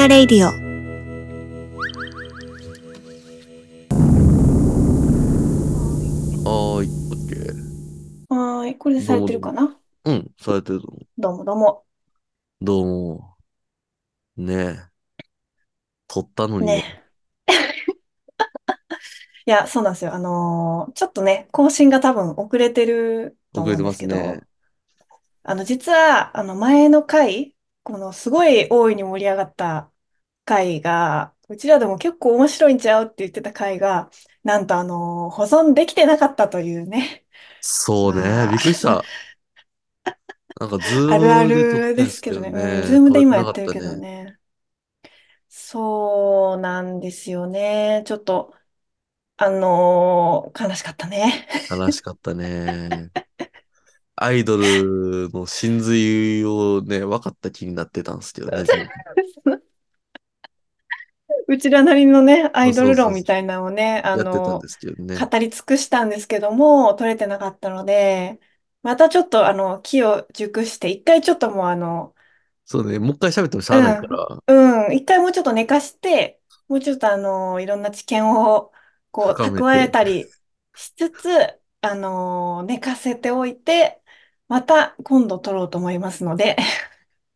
アレイディオはーい、オッケー。はーい。これでされてるかなうん、されてると思う。どうもどうも。どうも。ねえ。撮ったのにね。ね。いや、そうなんですよ。あのーちょっとね、更新が多分遅れてると遅思うれてんでますすけど、ね。あの、実は、あの、前の回、このすごい大いに盛り上がった回が、うちらでも結構面白いんちゃうって言ってた回が、なんとあのー保存できてなかったというね、そうね。あーびっくりした。なんか、ズームあるあで撮っるたんでですすけけどどね。ね。うん、ズームで今やってる撮けれてなかっどたね。ね。そうなんですよね。ちょっと、あのー悲しかったね。 悲しかったね。アイドルの真髄をね、分かった気になってたんですけ どね。うちらなりのね、アイドそうルそうそう論みたいなのをね、あやってたんのですけどね。語り尽くしたんですけども、取れてなかったので、またちょっとあの、機を熟して、一回ちょっともうあの、そうね。もう一回喋ってもしゃあないから。うん、うん、一回もうちょっと寝かして、もうちょっとあの、いろんな知見をこう、深めて蓄えたりしつつ、あの、寝かせておいて、また今度取ろうと思いますので、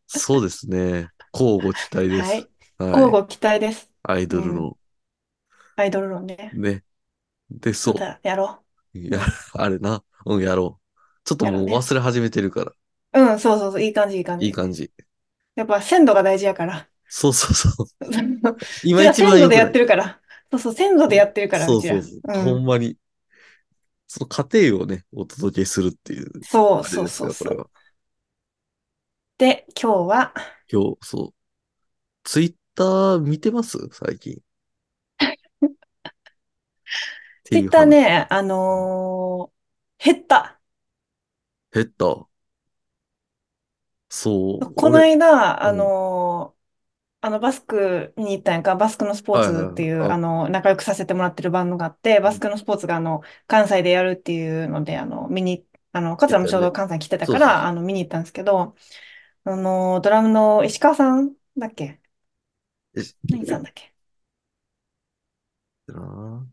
そうですね。交互期待ではすい。。は交い。互期待です。アイドルうの。アイドル論ね。ね。で、まそう。たやろ。いううや、 ん、あれな。うん、やろう。ちょっとやろもううね。忘れ始めてるから。うん、そうそうそう、いい感じ、いい感いいじ。感じ。やっぱ鮮度が大事やから。そうそう そう。う 今ちら一鮮番度良くでやなっい。てるから。そうそう、鮮度でやってるから、うそうちそうら。そう。うほんん。まに。その過程をね、お届けするっていう、そうあれそうですそうから、こそれう。は。で、今日は、今日、そう。ツイッター見てます最近。って ツイいッうター話。ね、あのー減った。減った。そう。この俺、間、あうん。のーあのバスクに行ったんやんか、バスクのスポーはいツっはてい。いう、ああ、の、仲良くさせてもらってるバンドがあって、うバスんクのスポーツが、あの、関西でやるっていうので、あの、見に、あの、言っ桂もたちょうね。ど関西に来てたそかうそうそら、う。あの、見に行ったんですけど、あのードラムの石川さんだっけえ、し何さんだっけな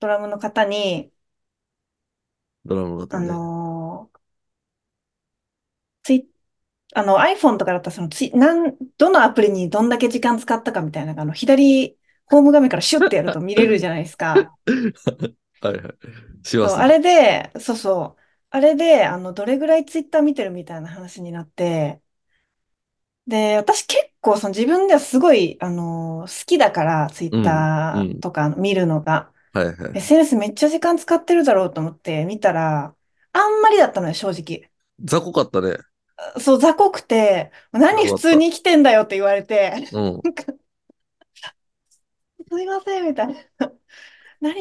ドラムの方に、ドラムだとあね。のーツイあの iPhone とかだったらそのツイ、なん、どのアプリにどんだけ時間使ったかみたいな、あの左、ホーム画面からシュッてやると見れるじゃないです か。はいはい。しまそう、すあね。れで、そうそう、あれで、あの、どれぐらいツイッター見てるみたいな話になって、で、私結構、その自分ではすごい、あの、好きだから、ツイッうん。うターん。とか見るのが、はいはいはい。 SNS めっちゃ時間使ってるだろうと思って見たら、あんまりだったのよ、正直。雑魚かったね。そう、雑魚くて、雑何普魚通かっに生きてんだよって言われて、 た。うん。なんかすいません、みたいな。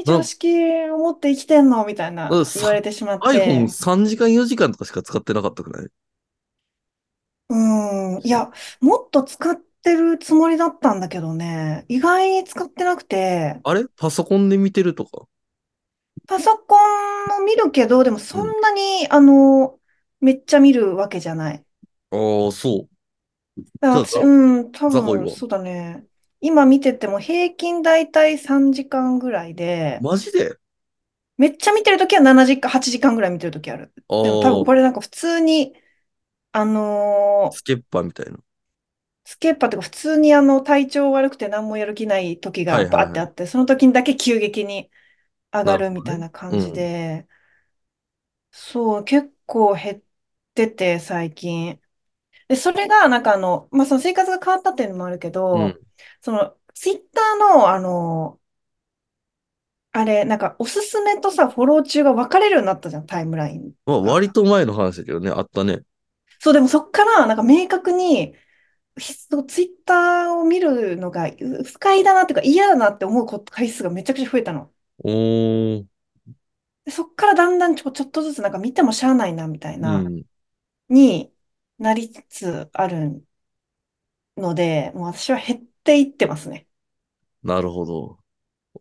何な常ん識を持って生きてんのみたいだっなて言わさ、れてしまって。 iPhone3 時間4時間とかしか使ってなかったくないうーん、いや、もっと使ってるつもりだったんだけどね、意外に使ってなくて、あれパソコンで見てるとか。パソコンも見るけど、でもうそん。んなに、あの、めっちゃ見るわけじゃない。ああ、そう。だからじゃあ、ざ私、うん、多雑魚い分、わ。そうだね。今見てても平均だいたい3時間ぐらいで、マジでめっちゃ見てるときは7時間、8時間ぐらい見てるときある。ああでも多分ー、これなんか普通に、あのスーケッパーみたいな。スケッパーとか普通にあの体調悪くて何もやる気ない時はがいはいバーってはあい。って、その時にだけ急激に上ながるるほみどたいね。な感うじん。で、そう、結構減ってて最近。で、それがなんかあの、まあ、その生活が変わったっていうのもあるけうど、ん。そのツイッターのあの、あれ、なんかおすすめとさ、フォロー中が分かれるようになったじゃん、タイムラインまあ、割が。と前の話だけどね。あったね。そう、でもそっからなんか明確に、ひそうツイッターを見るのがう不快だなっていうか嫌だなって思うこと回数がめちゃくちゃ増えたの。おー。でそっからだんだんちょ、ちょっとずつなんか見てもしゃあないなみたいうな、ん。になりつつあるので、もう私は減っていってますね。なるほど。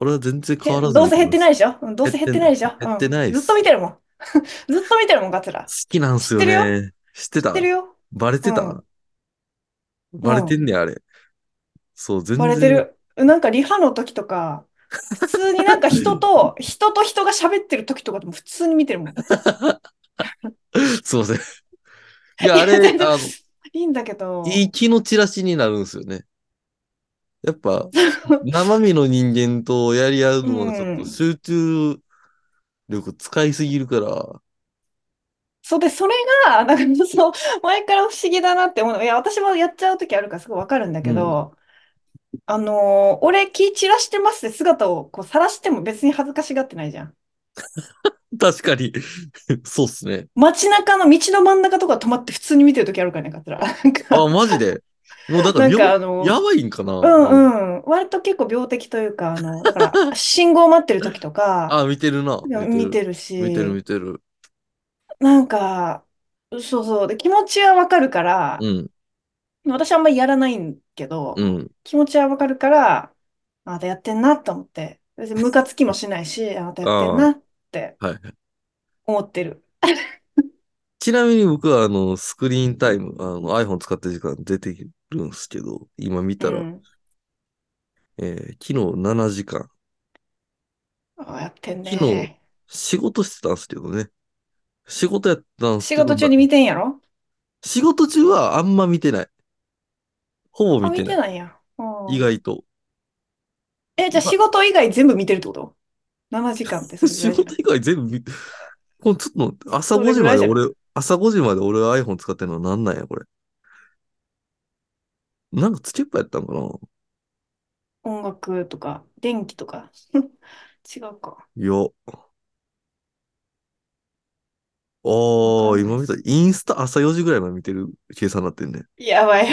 俺は全然変へ、わらずどう見てせ減っまてないす。でしょうんどう減っせ減っててな。ないいでしょ減ってなういん。っずっと見す。てるもん。 ずっと見てるもん、ガツ好ラ。きなん知すよってるよね。知って知ってたるよバレうてん。たうバレてん。んね、あれ。そう、バ全レて 然、る。なんかリハの時とか、普通になんか 人と、人と人が喋ってる時とかでも普通に見てるもん。すいません。い いや、あや、れ、全然あの、いいんだけいいど、気のチラシになるんですよね。やっ ぱ、生身の人間とやり合ううのはちょっとん。集中力使いすぎるから、そうで、それが、なんかそう、前から不思議だなって思うの。いや、私もやっちゃう時あるからすごいわかるんだうけん。ど、あのー俺気散らしてますって姿をこう晒しても別に恥ずかしがってないじゃん。確かに そうっすね。街中の道の真ん中とか止まって普通に見てる時あるからね、かつら。なんあ、か、マジ で。もうだからな病、んかあやの、ばいんかなうあの、んうん。割と結構病的というか、あの、だから、 信号待ってる時とか、あ、見てるな。見て見る。て見てるる、し、見てる。なんか、そうそう。で、気持ちはわかるかうら、ん、私あんまりやらないんけうど、ん。気持ちはわかるから、あまたやってんなと思って。別にムカつきもしな いし、あまたやってんあなってあ、はい。思ってる。ちなみに僕はあの、スクリーンタイム、あの、iPhone 使ってる時間出てるんですけど、今見うたら、ん。えー昨日7時間。あ、やってん昨日、ね。仕事してたんですけどね。仕事やったんです仕けど、事中なに見てんやろ仕事中はあんま見てない。ほぼあ、見見てなてい。ないや。う意ん。外と。え、じゃあま、仕事以外全部見てるってこと ?7 時間ってそ れぐ仕らいじゃ事ない以外全部見て、このちょっと朝そ5れ時ぐまらでいじゃない俺、朝5時まで俺 iPhone 使ってるのなんなんや、これ。なんかつけっぱやったんかな音楽とか、電気とか。 違うか。いや、あわかー、んな今い。見た。インスタ朝4時ぐらいまで見てる計算になってんね。やばい。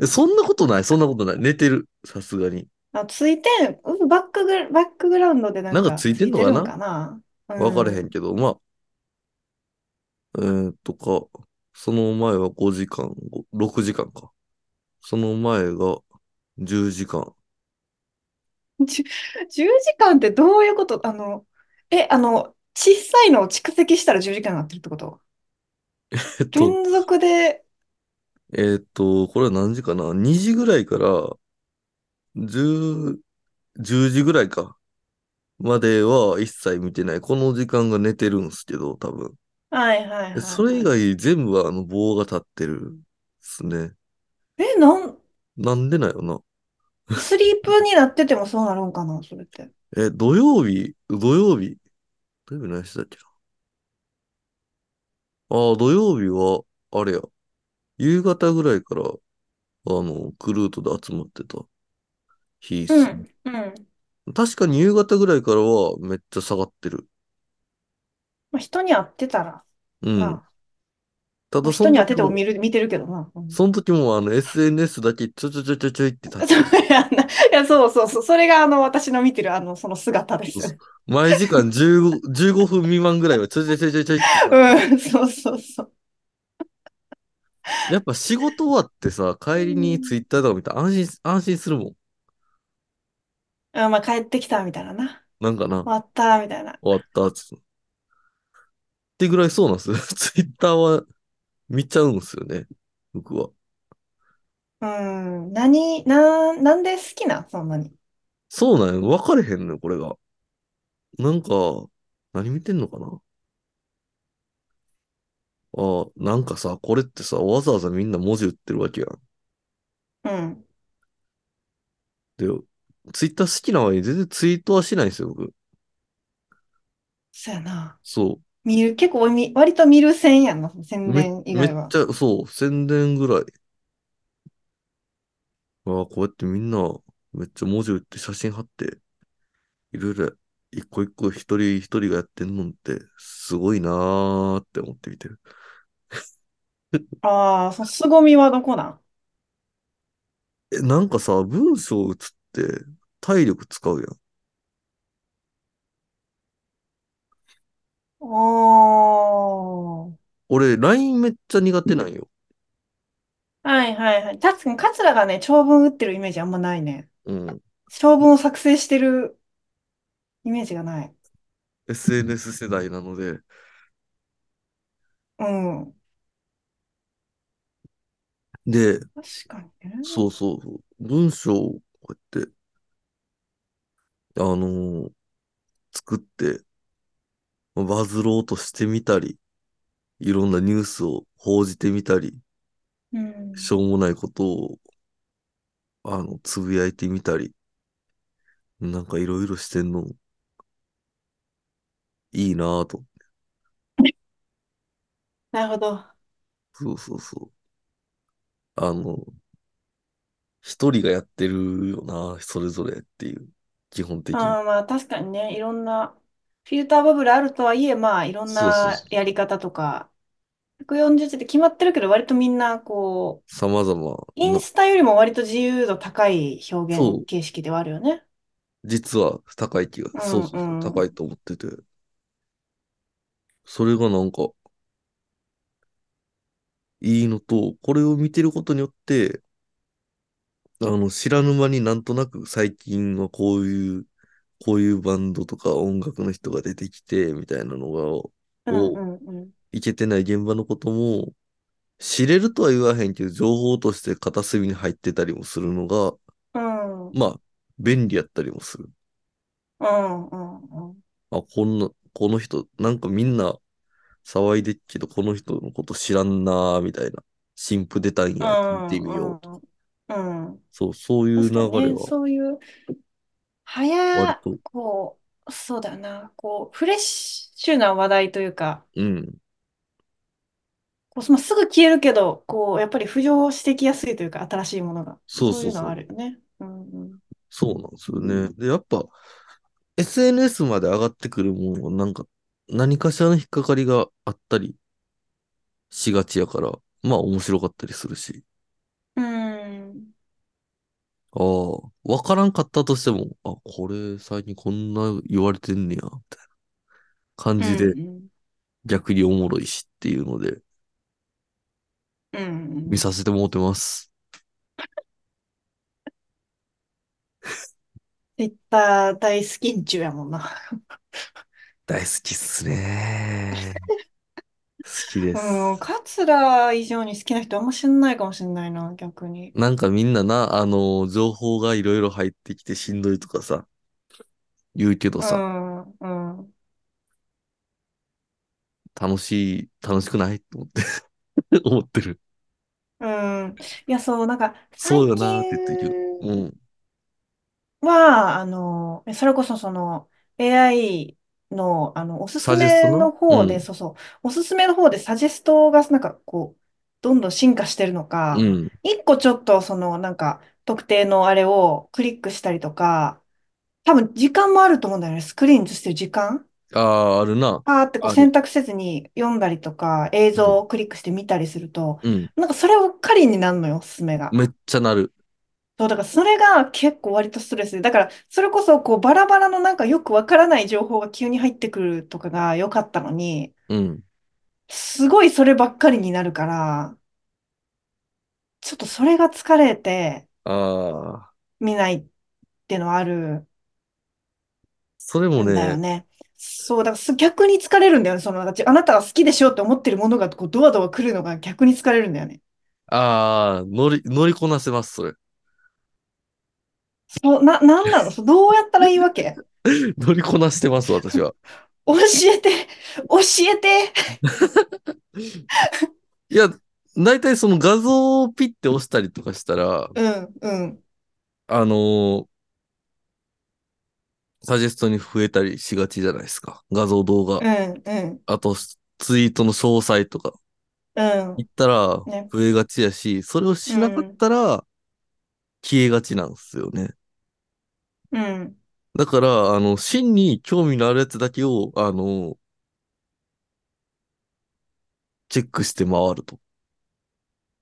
えそんなことない、そんなことない。寝てる。さすがに。あ、ついてん、うんバックグラ、バックグラウンドでななんんかかついつてんいのてかるんなかなうわからへん。んけど、まあ、えーっとか、その前は5時間、ご6時間か。その前が10時間。じゅ10時間ってどういうことあの、え、あの、小さいのを蓄積したら10時間になってるってことえっと、連続で、えーっと、これは何時かな ?2 時ぐらいから10、10時ぐらいか。までは一切見てない。この時間が寝てるんすけど、多分。はいはいえはそいれ以はい。外全部はあの棒が立ってるっすね。え、なん、なんでなんよな。スリープになっててもそうなるんかなそれって。え、土曜日、土曜日、土曜日何してたっけな。ああ、土曜日は、あれや、夕方ぐらいから、あの、クルートで集まってた日っうすね。ん、うん。確かに夕方ぐらいからはめっちゃ下がってる。まあ、人に会ってたら、うん。なあ。たまあ、だそ人のに会っ時ててもも、見る、見てるけどな。うんその時もあの SNS だけちょちょちょちょちょいって立ち上げ そういやな、いや、そうそうそう。それが、あの、私の見てる、あの、その姿でそうす。そう毎時間15、15分未満ぐらいはちょいちょいちょいちょいちょいってさ、 うん、そうそうそう。やっぱ仕事終わってさ、う帰りにツんイッターとか見たら安心、安心するもん。あ、まあ、帰ってきた、みたいなな。なんかな、終わった、みたいな。終わったっつって。ってぐらいそうなんですよ。 ツイッターは見ちゃうんですよね。僕は。うん、何、な、なんで好きなんそんなに。そうなんよ。分かれへんのよ、これが。なんか、何見てんのかなああ、なんかさ、これってさ、わざわざみんな文字打ってるわけやん。うん。で、ツイッター好きな割に全然ツイートはしないんですよ、僕。そうやな。そう。見る、結構み、割と見る線やんな、その宣め、伝以め外っは。ちゃ、そう、宣伝ぐらい。ああ、こうやってみんな、めっちゃ文字打って写真貼って、いろいろ、一個一個一人一人がやってんのって、すごいなーって思って見てる。ああ、その凄みはどこなんえ、なんかさ、文章打つって、体力使うやん。おー。俺、LINE めっちゃ苦手なんよ。はいはいはい。確かに、カツラがね、長文打ってるイメージあんまないね。うん。 長文を作成してるイメージがない。 SNS 世代なので、うん。で、確かにね。そうそうそう。文章をこうやって、あのー作って、バズろうとしてみたり、いろんなニュースを報じてみたり、うんしょうもないことを、あの、つぶやいてみたり、なんかいろいろしてんの、いいなぁと。なるほど。そうそうそう。あの、一人がやってるよな、それぞれっていう、基本的に。ああ、まあ確かにね、いろんな、フィルターバブルあるとはいえ、まあいろんそうそうなそう。やり方とか、140字って決まってるけど、割とみんなこう、様々インな、スタよりも割と自由度高い表現そう、形式ではあるよね。実は高い気が、うそうそうそう、んう高ん。いと思ってて、それがなんかいいのと、これを見てることによって、あの、知らぬ間になんとなく最近はこういう、こういうバンドとか音楽の人が出てきて、みたいなのが、うんを、うんうん。いけてない現場のことも、知れるとは言わへんけど、情報として片隅に入ってたりもするのが、うんうんまあ、便利やったりもする。うんうん。あ、こんな、この人、なんかみんな騒いでっけど、この人のこと知らんなーみたいな。新婦出たんうや、聞いてみようとか。んうんうん。そう、そういう確流かにれね、は、そういう、は割や、と、こう、そうだな、こう、フレッシュな話題というか、うん、こう、まあ、すぐ消えるけど、こう、やっぱり浮上してきやすいというか、新しいものが。そうそうそいううのそはあう。るよね。うんうん。そうなんですよね。で、やっぱ、SNS まで上がってくるもんは、なんか、何かしらの引っかかりがあったりしがちやから、まあ面白かったりするし。うん。ああ、わからんかったとしても、あ、これ最近こんな言われてんねや、みたいな感うじんでうん逆におもろいしっていうのでうんう見ん。させてもらってます。ツイッター大好きんちゅうやもんな。大好きっすね。 好きでうん、す。桂以上に好きな人あんま知んないかもしんないな、逆に。なんかみんなな、あの、情報がいろいろ入ってきてしんどいとかさ、言うけどうさ、ん、うん。楽しい、楽しくないと思って 思ってる。うん。いや、そう、なんか、そう最よなーって言ってるけど。近うん。は、あの、それこそその、AI の、あの、おすすサジェストめな。のう方で、ん。そうそう、おすすめの方でサジェストが、なんかこう、どんどん進化してるのうか、ん。一個ちょっと、その、なんか、特定のあれをクリックしたりとか、多分、時間もあると思うんだよね。スクリーン映してる時間。ああ、あるな。パーってこあうる。選択せずに読んだりとか、映う像ん。をクリックして見たりすると、うん。なんかそればっかりになるのよ、おすすめが。めっちゃなる。そう、だからそれが結構割とストレスで、だからそれこそこうバラバラのなんかよくわからない情報が急に入ってくるとかが良かったのに、うん。すごいそればっかりになるから、ちょっとそれが疲れてああ、見ないっていうのはあるそれもんだね、よね。そう、だからす逆に疲れるんだよね。その、なんかあなたが好きでしょって思ってるものがこうドワドワ来るのが逆に疲れるんだよね。ああ、乗り、乗りこなせます、それ。 そう、な、なんなのそうどうやったらいいわけ 乗りこなしてます、私は。教えて、 教えて。いや、だいたいその画像をピッて押したりとかしたら、うん、うん。あのーサジェストに増えたりしがちじゃないですか。画像、動う画。ん、うん、あと、ツイートの詳細とか。う言ったらん。ね。増えがちやし、それをうしなかっん、たら消えがちなんですよね。うん、だから、あの、真に興味のあるやつだけを、あの、チェックして回ると。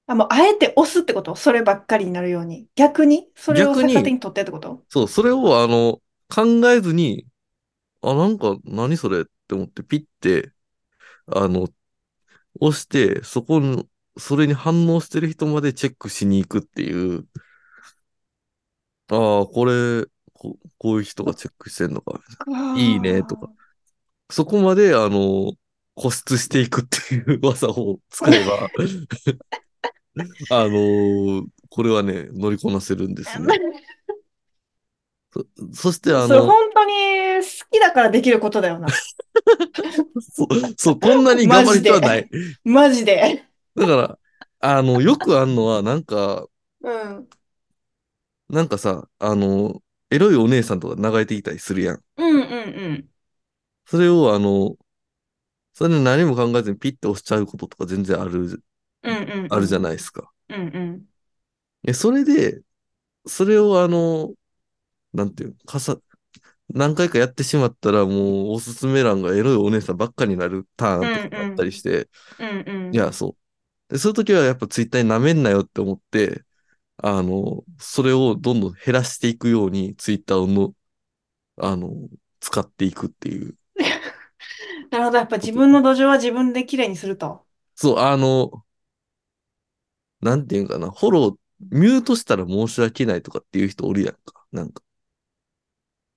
あ、もう、あえて押すってことそればっかりになるように。逆にそれを逆逆手に、に取ってってことそう、それをあの、考えずに、あ、なんか、何それって思ってピッて、あの、押して、そこの、それに反応してる人までチェックしに行くっていう、ああ、これ、こ、こういう人がチェックしてんのか、みたいかな。いいね、と か。そこまで、あの、固執していくっていう技を使えば、あのこれはね、乗りこなせるんですまね。そして、あそれの、本当に好きだからできることだ よな。そ、そう、こんなに頑張る必要はない。マジで。だから、あの、よくあんのは、なんか、うん。なんかさ、あの、エロいお姉さんとか流れてきたりするやん。うんうんそれを、あの、それで何も考えずにピッて押しちゃうこととか全然ある、うん。うんうんうん。あるじゃないですか。うんうん。え、それで、それをあの、なんていうの、かさ、何回かやってしまったらもうおすすめ欄がエロいお姉さんばっかになるターンとかがあったりして、うんうん。いや、そう。で、そういう時はやっぱツイッターに舐めんなよって思って、あの、それをどんどん減らしていくようにツイッターをの、あの、使っていくっていう。なるほど。やっぱ自分の土壌は自分で綺麗にすると。そう、あの、なんていうんかな、フォロー、ミュートしたら申し訳ないとかっていう人おるやんか。なんか、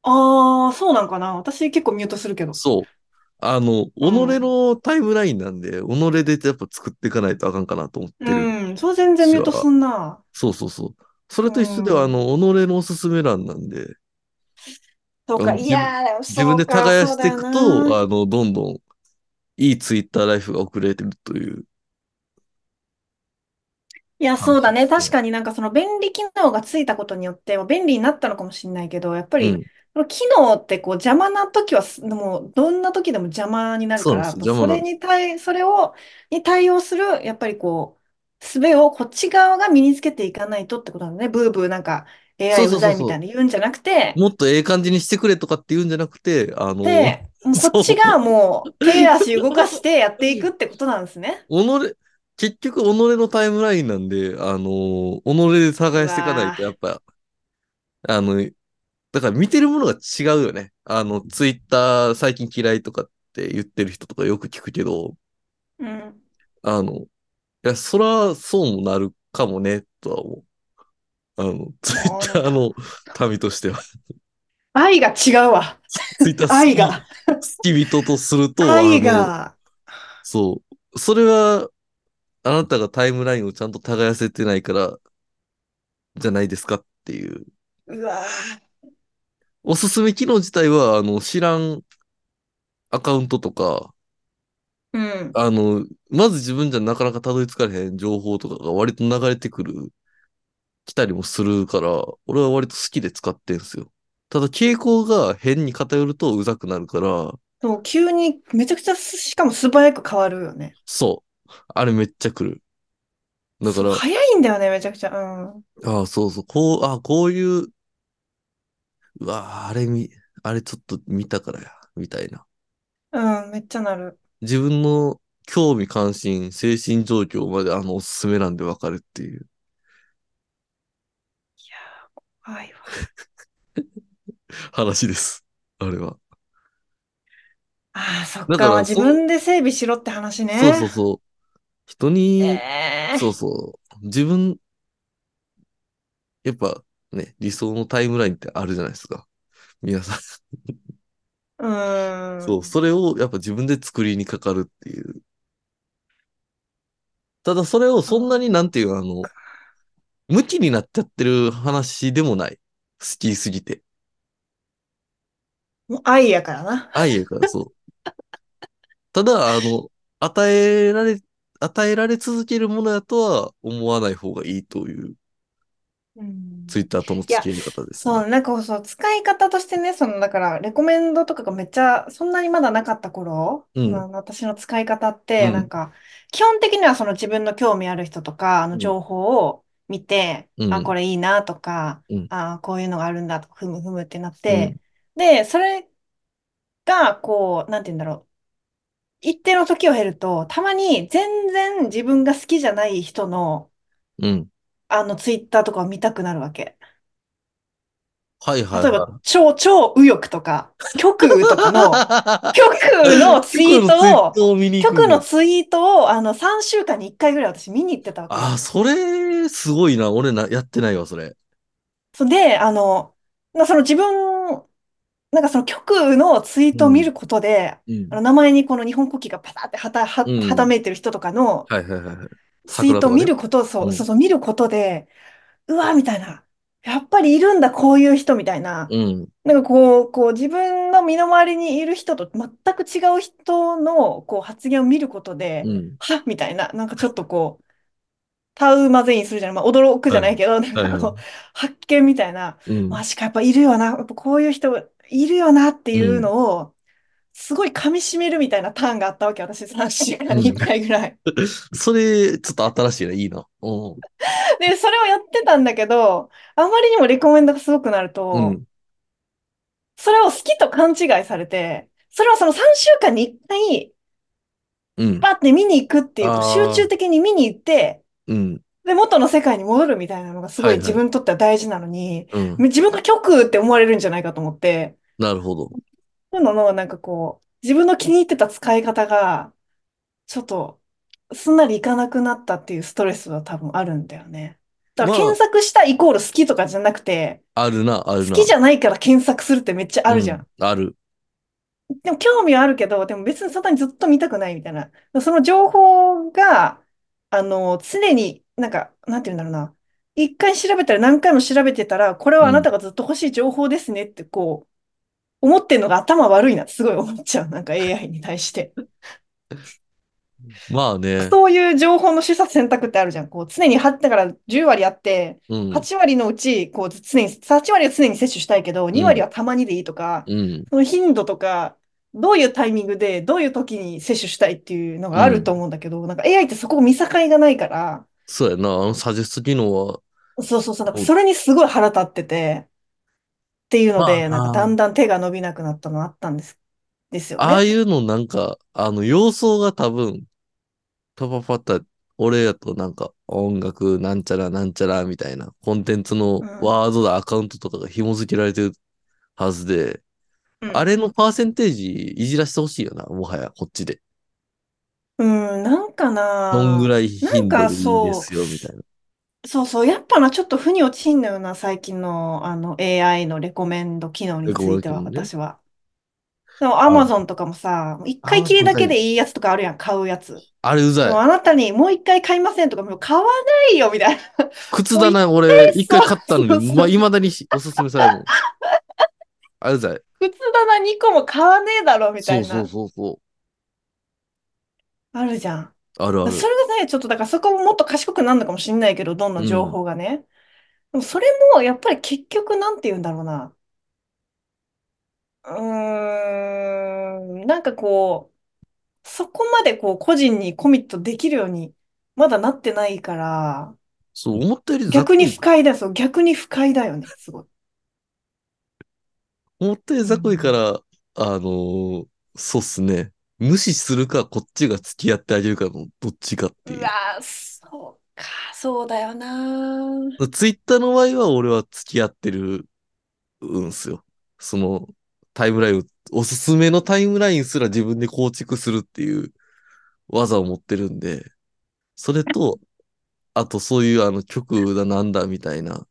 ああ、そうなんかな。私結構ミュートするけど。そう。あの、己うんのタイムラインなんで、己でやっぱ作っていかないとあかんかなと思ってる。うん。そう全然ミュートすんな。そうそうそう。それと一緒では、うあんの、己のおすすめ欄なんで、そうか。うんいやー、でも自分そでうか、耕そうしだていよくな。と、あの、どんどんいいツイッターライフが送れてるといういや、感そうじだでね。す確ね。かになんかその便利機能がついたことによって、まあ便利になったのかもしれないけど、やっぱうり、ん。その機能ってこう邪魔な時はす、もうどんな時でも邪魔になるそうかなんでら、やすっよ。邪魔ぱそなれんです。に対、それを、に対応する、やっぱりこう、術をこっち側が身につけていかないとってことなんだね。ブーブーなんかそう AI そううそざういみたいそな言うんじゃなくう。て、もっとええ感じにしてくれとかって言うんじゃなくて、あの、で、もうこっちそがう。もう手足動かしてやっていくってことなんですね。己、結局、己のタイムラインなんで、あの、己でう耕していかないわと、やっぱ、あの、だから見てるものが違うよね。あの、ツイッター最近嫌いとかって言ってる人とかよく聞くけど、ー。うん。 あの、いや、そら、そうもなるかもね、とは思う。あの、ツイッもうなターのんか、民としては。愛が違うわ。ツイッター好 愛き、が。好き人とすると、あ愛の、が、そう。それは、あなたがタイムラインをちゃんと耕せてないから、じゃないですかっていう。うわぁ、おすすめ機能自体は、あの、知らんアカウントとか、うん。あの、まず自分じゃなかなかたどり着かれへん情報とかが割と流れてくる、来たりもするから、俺は割と好きで使ってんすよ。ただ傾向が変に偏るとうざくなるから、そう、急にめちゃくちゃす、しかも素早く変わるよね。そう。あれめっちゃ来る。だかそう、ら、早いんだよね、めちゃくちゃ。うん。ああ、そうそう、こう、ああ、こういう、うわあ、あれ見、あれちょっと見たからや、みたいな。うん、めっちゃなる。自分の興味関心、精神状況まであのおすすめなんでわかるっていう。いやー、怖いわ。話です。あれは。ああ、そっだかか、まあ、ら、自そん、分で整備しろってそ話うそうね。そう。人えに、えそうそう。自分、やっぱね、理想のタイムラインってあるじゃないですか。皆さん。うーそう、そん。れをやっぱ自分で作りにかかるっていう。ただそれをそんなになんていう、あの、無気になっちゃってる話でもない。好きすぎて。もう愛やからな。愛やからそう。 ただ、あの、与えられ、与えられ続けるものやとは思わない方がいいといううツん。イッターとのいや、付き合い方ですそね。う、なんかそう、使い方としてね、その、だから、レコメンドとかがめっちゃ、そんなにまだなかった頃、うまん、あ、私の使い方っうて、なんん、か、基本的にはその自分の興味ある人とか、あの、うん、情報を見て、うあ、こん、れいいなとか、うん、あ、こういうのがあるんだとか、ふむふむってなっうて、ん、で、それが、こう、なんて言うんだろう。一定の時を経ると、たまに全然自分が好きじゃない人の、うん。あの、ツイッターとかを見たくなるわけ。はいはい例えば、は超、超右翼と か、極右とかの、極右のい。ツ結構あのツイイーットタを、ーを見に行く極んのや。ツイートを、あの、3週間に1回ぐらい私見に行ってたわけよ。ああ、それ、すごいな。俺な、やってないわ、それ。そで、あの、まあその自分、なんかその極右のツイーうトを見ん、ることで、うあん、の、名前にこの日本国旗がパタってはた、は、うはたん。めいてる人とかのはいはいはいはい。ツイ桜ートとをか見ね。ること、そうう、ん。そうそう、見ることで、うわ、みたいな。やっぱりいるんだ、こういう人、みたいな。うん。なんかこう、こう自分の身の回りにいる人と全く違う人のこう発言を見ることで、うん。はっみたいな、なんかちょっとこう、タウマゼインするじゃない、まあ、驚くじゃはないい。けど、なんはいかはこう、い。発見みたいな、うん。マジか、やっぱいるよな、やっぱこういう人いるよなってう。いうんのを、すごい噛み締めるみたいなターンがあったわけ、私3週間うに1ん。回ぐらい。それ、ちょっと新しいな。いいな。うん。で、それをやってたんだけど、あまりにもレコメンドがすごくなうると、ん。それを好きと勘違いされて、それはその3週間に1回、うん。バって見に行くっていうこと、集あ中あ、的に見に行って、うん。で、元の世界に戻るみたいなのがすごはいい自はい。分にとっては大事なのに、うん。自分が極って思われるんじゃないかと思って、なるほど。そういうのの、なんかこう、自分の気に入ってた使い方が、ちょっと、すんなりいかなくなったっていうストレスは多分あるんだよね。だからま検索したイコール好きとかじゃなくて、あ、あるな、ある好きじな。ゃないから検索するってめっちゃあうるじゃん。ん。ある。でも興味はあるけど、でも別にそんなにずっと見たくないみたいな。その情報が、あの、常になんか、なんて言うんだろうな。一回調べたら何回も調べてたら、これう。はあなんたがずっと欲しい情報ですねってこう、思ってんのが頭悪いなってすごい思っちゃう。なんか AI に対して。まあね。そういう情報の取捨選択ってあるじゃん。こう、常に8、だから10割あって、うん。 8割のうち、こう、常に、8割は常に摂取したいけど、う2割ん。はたまにでいいとか、うん。その頻度とか、どういうタイミングで、どういう時に摂取したいっていうのうがあるとん。思うんだけど、なんか AI ってそこを見境がないから、そうやな。あのサジェスト機能は、そうそうそう、なんかもうそれにすごい腹立ってて、っていうのまで、なんかだあ、んだん手が伸びなくなったのあったんです、ですよああね。いうのなんか、あの、様相が多分、パパパッタ、俺やとなんか、音楽、なんちゃら、なんちゃら、みたいな、コンテンツうのん。ワードだ、アカウントとかが紐付けられてるはずで、うあん。れのパーセンテージいじらしてほしいよな、もはや、こっちで。うん、なんかどんぐな、らいなん頻度かでいいでそすよ、みたいな。う、そうそう、やっぱな、ちょっと負に落ちんのよな、最近の、あの AI のレコメンド機能レにコつメいンてドは、ね。私は。でも、アあ、マゾンとかもさ、もう一ア回マきりゾンださけえ、でいいやつとかあるやん、買うやつ。あれうざもうい。あなたにもう一回買いませんとか、もう買わないよみたいな。 靴もうだ一な、俺、回、一そ回う買ったそのに、うそま、う。未だにしおすすめされる もん。あれうざい。靴棚2個も買わねえだろみたそういそうな。そうそう。あるじゃん。あるあそる。れがね、ちょっとだからそこももっと賢くなるのかもしれないけど、どんうな情ん。報がね。でもそれもやっぱり結局なんて言うんだろうな。うーん、なんかこう、そこまでこう個人にコミットできるようにまだなってないから、そう、思ったよりざっ逆くにり、不快だよ。そう逆に不快だよね、すごい。思ったよりうざっくりかん、ら、あのーそうっすね。無視するか、こっちが付き合ってあげるかの、どっちかってういう。わー、そうか、そうだよなー。ツイッターの場合は、俺は付き合ってる、うんすよ。その、タイムラインを、おすすめのタイムラインすら自分で構築するっていう技を持ってるんで、それ と、あとそういうあの曲だなんだみたいな、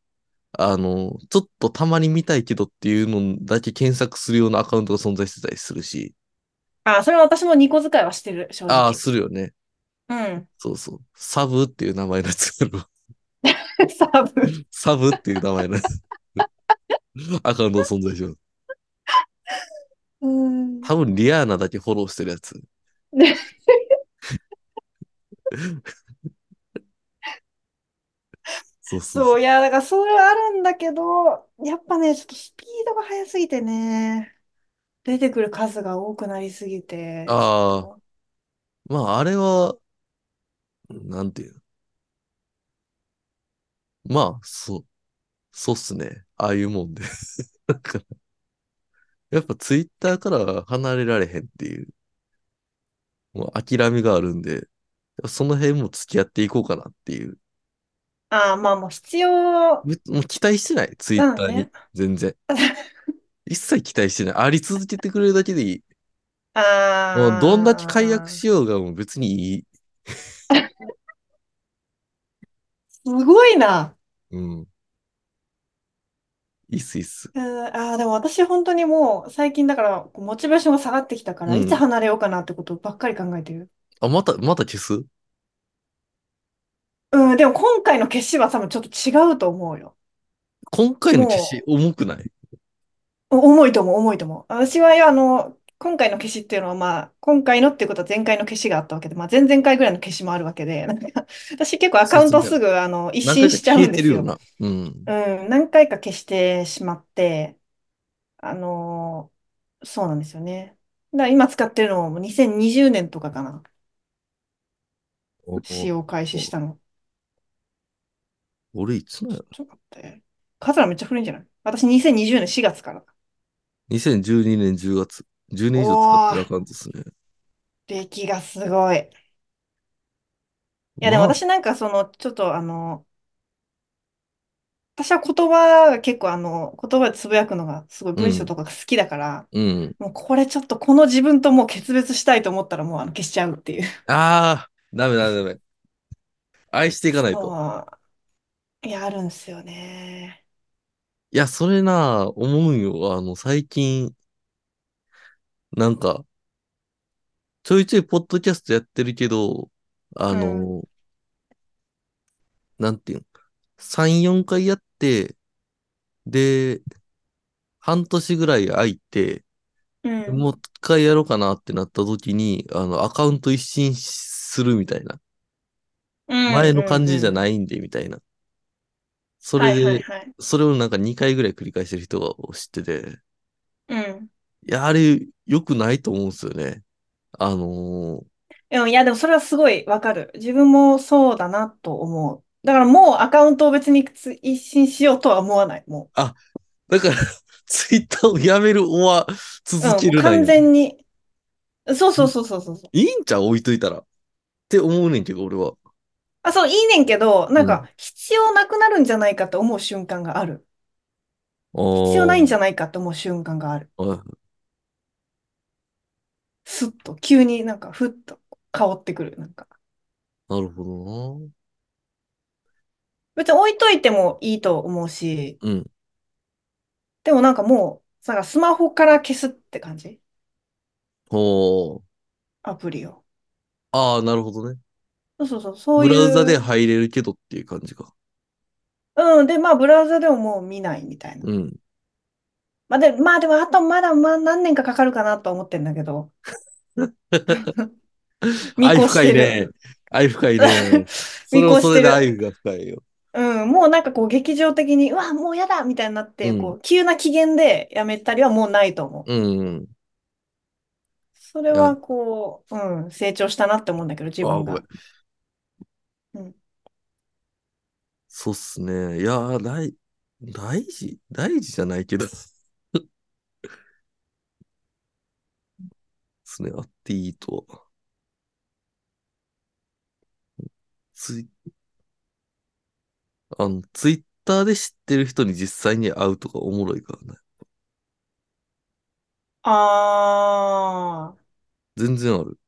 あの、ちょっとたまに見たいけどっていうのだけ検索するようなアカウントが存在してたりするし、あ、それは私もニコ使いはしてる、正ああ、直。するよね。うん。そうそう。サブっていう名前のやつがあサブ。る サブっていう名前のやつ アカウントが存在します。うーん。多分リアーナだけフォローしてるやつ。でそうそうそ、そういや、だからそれはあるんだけど、やっぱね、ちょっとスピードが速すぎてね、出てくる数が多くなりすぎう。て、ちょっああ、と、まああれは、なんていうの。まあ、そう、そうっすね。ああいうもんで。 だからやっぱツイッターから離れられへんっていう、もう諦めがあるんで、その辺も付き合っていこうかなっていう。ああ、まあもう必要むもう期待してない、ツイッだターに。ね。全 然。一切期待してない。あり続けてくれるだけでいい。もうどんだけ解約ああ、しようがもう別にいい。すごいな。うん。いいっす、いいっす。うん、ああ、でも私本当にもう最近だからこうモチベーションが下がってきたかうら、いつん。離れようかなってことばっかり考えてる。あ、また、また消すうん、でも今回の決死は多分ちょっと違うと思うよ。今回の消しも、重くないうお重いと思う、重いと思う。私は、あの、今回の消しっていうのは、まあ、今回のっていうことは前回の消しがあったわけで、まあ、前々回ぐらいの消しもあるわけで、なんか、私結構アそうカウでンすトね。すぐ、あの、一何回新かしちゃう消えんでてるすよよ。な。うん。うん、何回か消してしまって、あのーそうなんですよね。だから今使ってるのも2020年とかかな。お使お用開始しおたの。俺いつなんやちろょっと待って。カズラめっちゃ古いんじゃない私2020年4月から。 ?2012 年10月。10年以上使っおてるアー、カウントですね。歴がすごい。いやでまもあ、私なんかその、ちょっとあの、私は言葉が結構あの、言葉でつぶやくのがすごいう文章ん、とかが好きだから、うん。もうこれちょっとこの自分ともう決別したいと思ったらもうあの消しちゃうっていう。ああ、ダメダメダメ。愛していかないと。そう。いや、あるんですよね。いや、それな、思うんよ。あの、最近、なんか、ちょいちょいポッドキャストやってるけど、あうん。の、なんていうん、3、4回やって、で、半年ぐらい空いて、うん。もう一回やろうかなってなった時に、あの、アカウント一新するみたいな。うん、前のうん、感じうじゃん。ないんで、みたいな。そはれいはいで、はい。それをなんか2回ぐらい繰り返してる人が知ってて、うん。いや、あれ、良くないと思うんですよね。あのーうん、いや、でもそれはすごいわかる。自分もそうだなと思う。だからもうアカウントを別につ一新しようとは思わない。もあ、だから ツイッターをやめるおはう。続うん、けもうるなん完や。全に。そうそうそうそうそうそう。いいんちゃう置いといたら。って思うねんけど、俺は。あ、そう、いいねんけど、うなんん。か必要なくなるんじゃないかと思う瞬間がある。必要ないんじおゃないかと思う瞬間がある。ー。すっと、急になんかふっと香ってくる。なんか。なるほどな。別に置いといてもいいと思うし、うん。でもなんかもう、なんかスマホから消すって感じほー。アプリを。ああ、なるほどね。そうそうそう、そうブラウザいでう、入れるけどっていう感じか。うん、で、まあ、ブラウザでももう見ないみたいな。うん。まあ、で、まあ、でも、あと、まだ、まあ、何年かかかるかなとは思ってんだ けど、見愛越し深いてる。ね。愛深い ね。そ見れは越それしでてる。愛が深いよ。うん、もうなんかこう、劇場的に、うわ、もうやだみたいになっうて、こん。う、急な機嫌でやめたりはもうないと思う。うん。それいや、は、こう、うん、成長したなって思うんだけど、自ああ、分ごめん。が。うん、そうっすね。いやー、大、大事、大事じゃないけど、ですね。あっていいとは。ツイ、あの、ツイッターで知ってる人に実際に会うとかおもろいからね。あー。全然ある。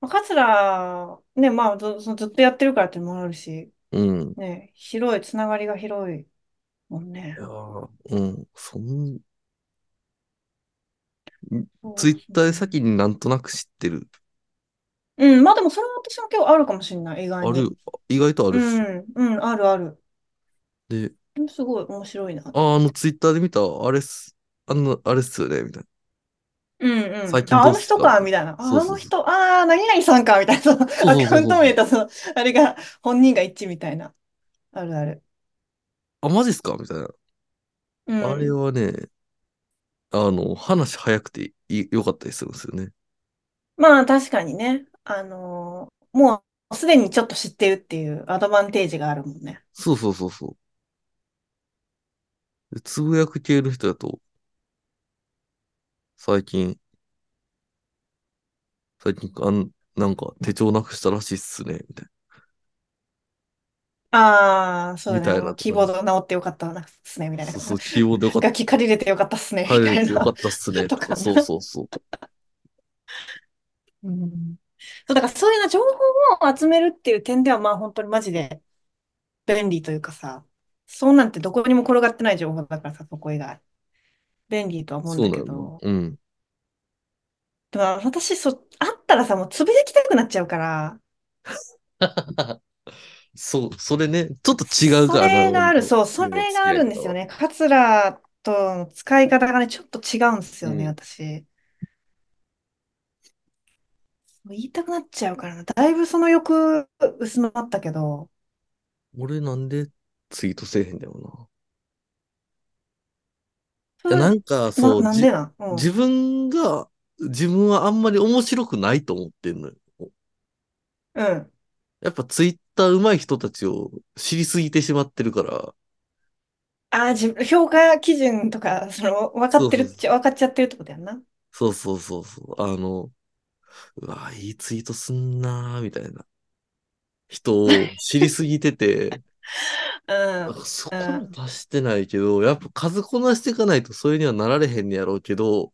まあ桂、ね、まあ、ず、そのずっとやってるからっていうのもあるし、うん。ね、広い、つながりが広いもんいね。やー、うん。そん、そうツイでッすターでね。先になんとなく知ってる。うん、まあでもそれは私も今日あるかもしれない、意外ある、に。意外とあうるっす。ん、うん、あるある。で、すごい面白いなと。あ、あの、ツイッターで見た、あれっす、あの、あれっすよね、みたいな。うんう最ん。近あ、どうっあのすか人みか、たいみな。たそいな。うああそうのそう。人、ああ、何々さんか、みたいな。そのそうアそうそカうウンそうトそう。名と、その、あれが、本人が一致みたいな。あるある。あ、マジっすかみたいな。うあれん。はね、あの、話早くてい良かったりするんですよね。まあ、確かにね。あのーもう、すでにちょっと知ってるっていうアドバンテージがあるもんね。そうそうそうそう。でつぶやく系の人だと、最近、最近、あん、なんか手帳なくしたらしいっすね、みたいな。ああ、そうみだたいね。あなの、とキーかボーね。ド直ってよかったな、すね、みたいな。そうそう、キーボードよか っ楽器借りれてよかったっすね、た、み入れたいてよかな。ったっすね、ととか、かそうな。そうそう。うん。そう、だからそういうな情報を集めるっていう点では、まあ本当にマジで便利というかさ、そうなんてどこにも転がってない情報だからさ、そこ以外。便利とは思うんそうだなけのよど、な。うん。でも私、そう、あったらさ、もうつぶやきたくなっちゃうから、そう、それね、ちょっと違うそから、あれのがある、そう、そ俺のれ付きがあ合いるんで方すよは。ね。カツラとの使い方がね、ちょっと違うんですうよね、ん。私。言いたくなっちゃうからな。だいぶその欲薄まったけど、俺なんでツイートせえへんだよな。そいや、れ、なんか、な、そう、なんでじ、なんうん。自分が、自分はあんまり面白くないと思ってんのよ。うん。やっぱツイッター上手い人たちを知りすぎてしまってるから、ああ、自分、評価基準とか、その、分かそっうてそるうっちゃ、分かっちゃってるってことやんな。そう、そうそうそうそう、あの、うわ、いいツイートすんなーみたいな人を知りすぎて て、うなんん。かそこうもん。達してないけど、やっぱ数こなしていかないとそれにはなられへんねやろうけど、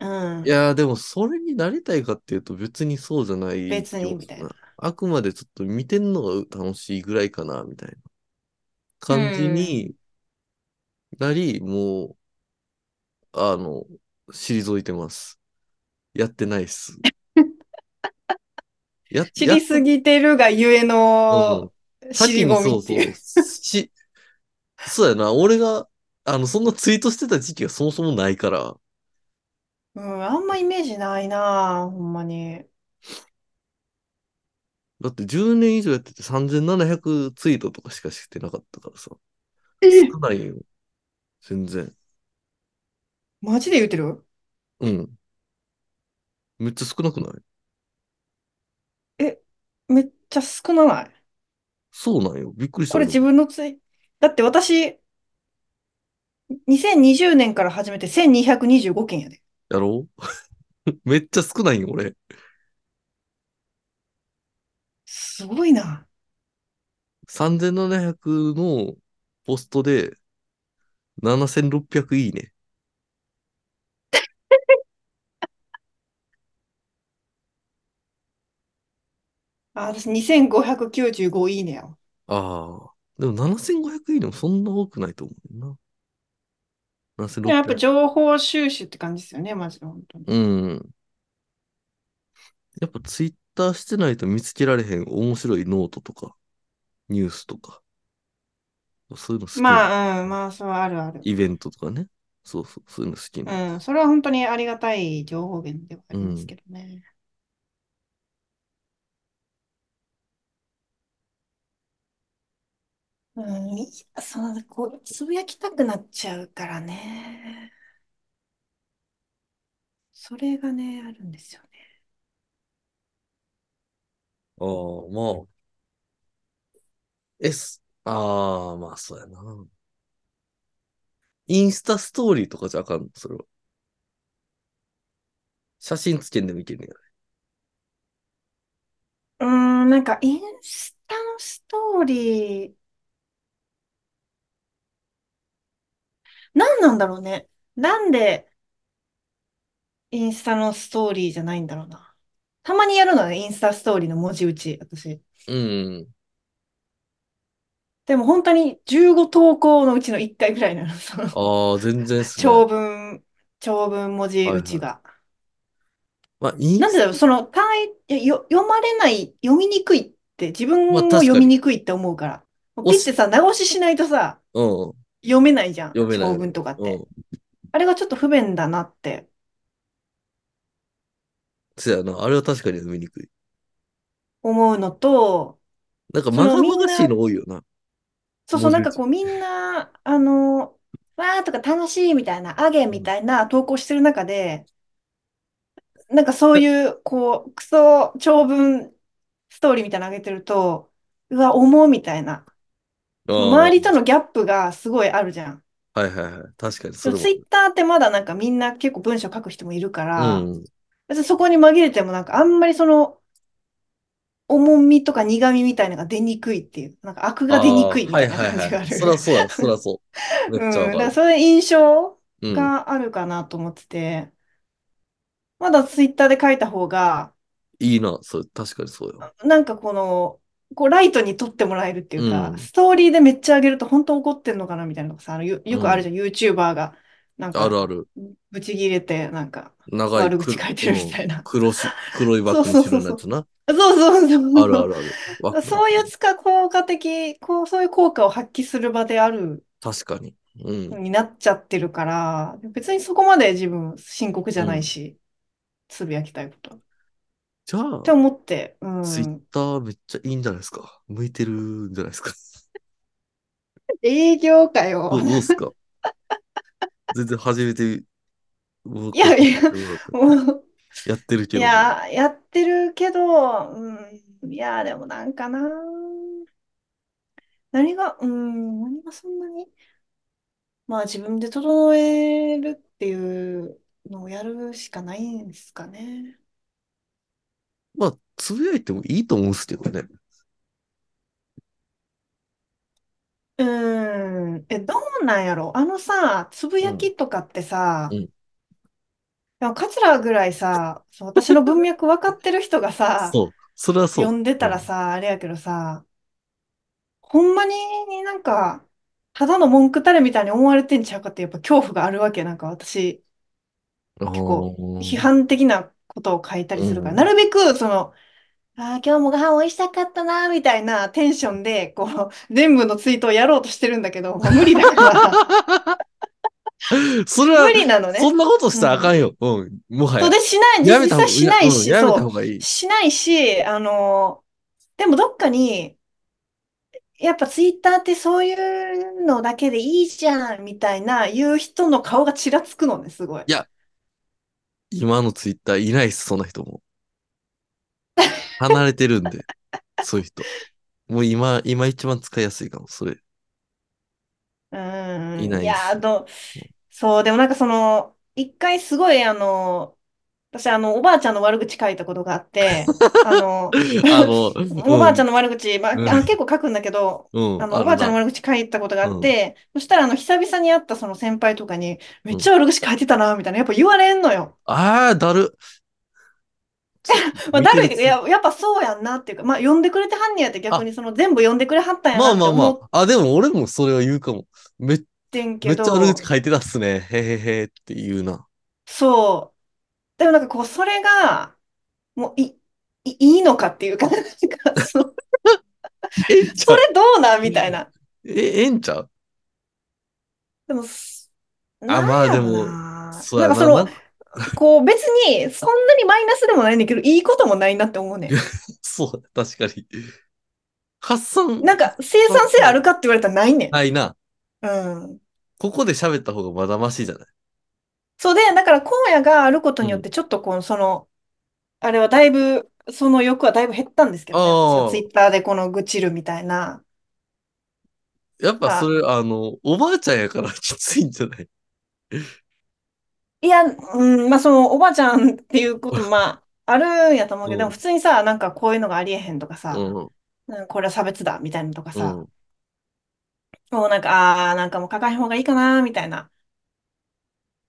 ういん。やーでもそれになりたいかっていうと別にそうじゃない別気に、もみすたいるな。な。あくまでちょっと見てんのが楽しいぐらいかな、みたいなう感じん。になり、もう、あの、退いてます。やってないっ す。や、知やりっすと、ぎてるがゆえうの、ん。先尻に込みそっうてそ、いうう。し、そうやな、俺が、あの、そんなツイートしてた時期がそもそもないから、うん、あんまイメージないなあ、ほんまに。だって10年以上やってて3700ツイートとかしかしてなかったからさ、え少ないよ、全然。マジで言うてるうん。めっちゃ少なくないえ、めっちゃ少なないそうなんよ。びっくりした、これ俺も。自分のつい、だって私、2020年から始めて1225件やで。やろ うめっちゃ少ないよ、俺。すごいな。 3700のポストで7600いいね。あ、私2595いいねやわ。ああ。でも7500いいねもそんな多くないと思うな。でもやっぱ7600。情報収集って感じですよね、マジで本当に。うん。やっぱツイッターしてないと見つけられへん面白いノートとか、ニュースとか、そういうの好きな。まあ、うん、まあ、そう、あるある。イベントとかね。そうそう、そういうの好きなんでうん、す。それは本当にありがたい情報源ではあうりますん。けどね。うん、いや、その、こう、つぶやきたくなっちゃうからね。それがね、あるんですよね。ああ、まあ、S、ああ、まあ、そうやな。インスタストーリーとかじゃあかんの、それは。写真つけんでもいけんねや。うーん、なんか、インスタのストーリー、何なんだろうね。なんで、インスタのストーリーじゃないんだろうな。たまにやるのね、インスタストーリーの文字打ち、私。うん。でも本当に15投稿のうちの1回ぐらいなの、その、ああ、全然っすね。長文、長文文は字い打はちい。が。まあ、インなんでスだろう、その単位、いやよ、読まれない、読みにくいって、自タ、まあ、分も確読かみに。にくいって思うから。もう押ピッてす。さ、長押ししないとさ、うん。読めないじゃん、読めない長読め文ない。とかって。うん。あれがちょっと不便だなって。そやな。あれは確かに読みにくい。思うのと、なんか、そまのがみまんがしいな、の多いよな。そうそ文う、字なん打かこち。うみんな、あの、わーとか楽しいみたいな、あげうみんたいな投稿してる中で、なんかそうえいう、こう、クソ長文ストーリーみたいなの上げてると、うわ、重っみたいな。あ周りとあ、のギャップがすごいあるじゃん。はいはいはい。確かに、でそもれツもイッターってまだなんかみんな結構文章書く人もいるかある。ら、うん。別にそこに紛れてもなんかあんまりその重みとか苦みみたいなのが出にくいっていう、なんか悪が出にああ、くいみはたいいなはい感はじい。があそらる。そうや、そらそう。めっちゃわうん、かだからる。それ印象うん。があるかなと思ってて、まだツイッターで書いた方が、いいな、それ、確かにそうよ。なんかこの、こうライトに撮ってもらえるっていううか、ん、ストーリーでめっちゃ上げると本当怒ってんのかなみたいなのがさ、あのよ、うよくあるん、じゃん、YouTuber が。なんあか、るある。ぶち切れて、なんか、長い悪く、口書いてうるみたん、いな。黒し、黒いバッそうグにそうそ白うのそやう。つな。そうそうあるそあう。るある。わかるわそうかいうる。使効果的、こう、そういう効果を発揮する場である、確かに。うん、になっちゃってるから、別にそこまで自分深刻じうゃないん。し、つぶやきたいこと。っじゃてあ、思って、うツイッん。ターめっちゃいいんじゃないですか。向いてるんじゃないですか。営業かよ。どう、どうっすか全然初めてい僕やはいや、もらった。 もう、やってるいけども。や、やってるけど、うん、いや、でもなんかな、何が、うん、何がそんなに、まあ自分で整えるっていうのをやるしかないんですかね。まあ、つぶやいてもいいと思うんですけどね。うん、え、どうなんやろあのさ、つぶうやん、きとかってうさ、ん。でも桂ぐらいさ、そう私の文脈分かってる人が さ、そう。それは読そんでう。たうらん。さ、あれやけどさ、ほんまになんか、ただの文句たれみたいに思われてんちゃうかってやっぱ恐怖があるわけ。なんか私、あ結構ー批判的なことを書いたりう。するから、なんるべくその、ああ、今日もご飯美味したかったな、みたいなテンションで、こう、全部のツイートをやろうとしてるんだけど、まあ無理だから、 それ無は、理なのそんね。なことしうたらあかん。んよ。うん。もはそや。うで、しない、や実めた方際が、いしや、うん。やないし、めたそ、方がいうい。しないし、あのでもどっかに、やっぱツイッターってそういうのだけでいいじゃんみたいな言う人の顔がちらつくのね、すごい。いや、今のツイッターいないっす、そんな人も。離れてるん で、そういう人。もう今、今一番使いやすいかも、そ れ。ういーん、ないいんやすー、よ。どう、そう、でもなんかその、一回すごい、あの、私、あの、おばあちゃんの悪口書いたことがあって、あの、あの、おばうあちゃんん、の悪口、まあ、うあのん、結構書くんだけど、うあん、の、あおばるあちゃんのな。悪口書いたことがあうっん、て、そしたら、あの、久々に会ったその先輩とかに、めうっちん。ゃ悪口書いてたな、みたいな、やっぱ言われんのよ。ああ、だ る。そまあ、見だてるいるっていうか、つ、いや、やっぱそうやんなっていうか、まあ、呼んでくれてはんねやって逆あ、にその全部呼んでくれはったんやまなあまってあま思っあ。あ、でも俺もそれは言うかも。め、てんめけっちゃ悪口ど、書いてたっすね。へへへって言うな。そう。でもなんかこう、それが、もうい、い、いいのかっていうか、なんかその、ええんちそゃうれどうなんみたいえ、な。ええんちゃうでも、すあ、なんまあやでろも、な。そうなんやかそな、なの、んか、こう別にそんなにマイナスでもないねんだけど、いいこともないなって思うねそう、確かに。発散、ん。なんか生発産性あ散、るかって言われたらないねないな。ん。うん。ここで喋った方がまだましじゃないそうで、だから荒野があることうによっん。て、ちょっとこう、その、あれはだいぶ、その欲はだいぶ減ったんですけどね。私のツあイあ、ッターでこの愚痴るみたいな。やっぱそあ、れ、あの、おばあちゃんやからきついんじゃないいや、うん、まあそのおばあちゃんっていうこともまああるんやと思うけど、うでもん、普通にさ、なんかこういうのがありえへんとかうさ、ん、うんこれは差別だみたいなのとかうさ、ん。もうなんか、ああ、なんかもう書かへん方がいいかな、みたいな、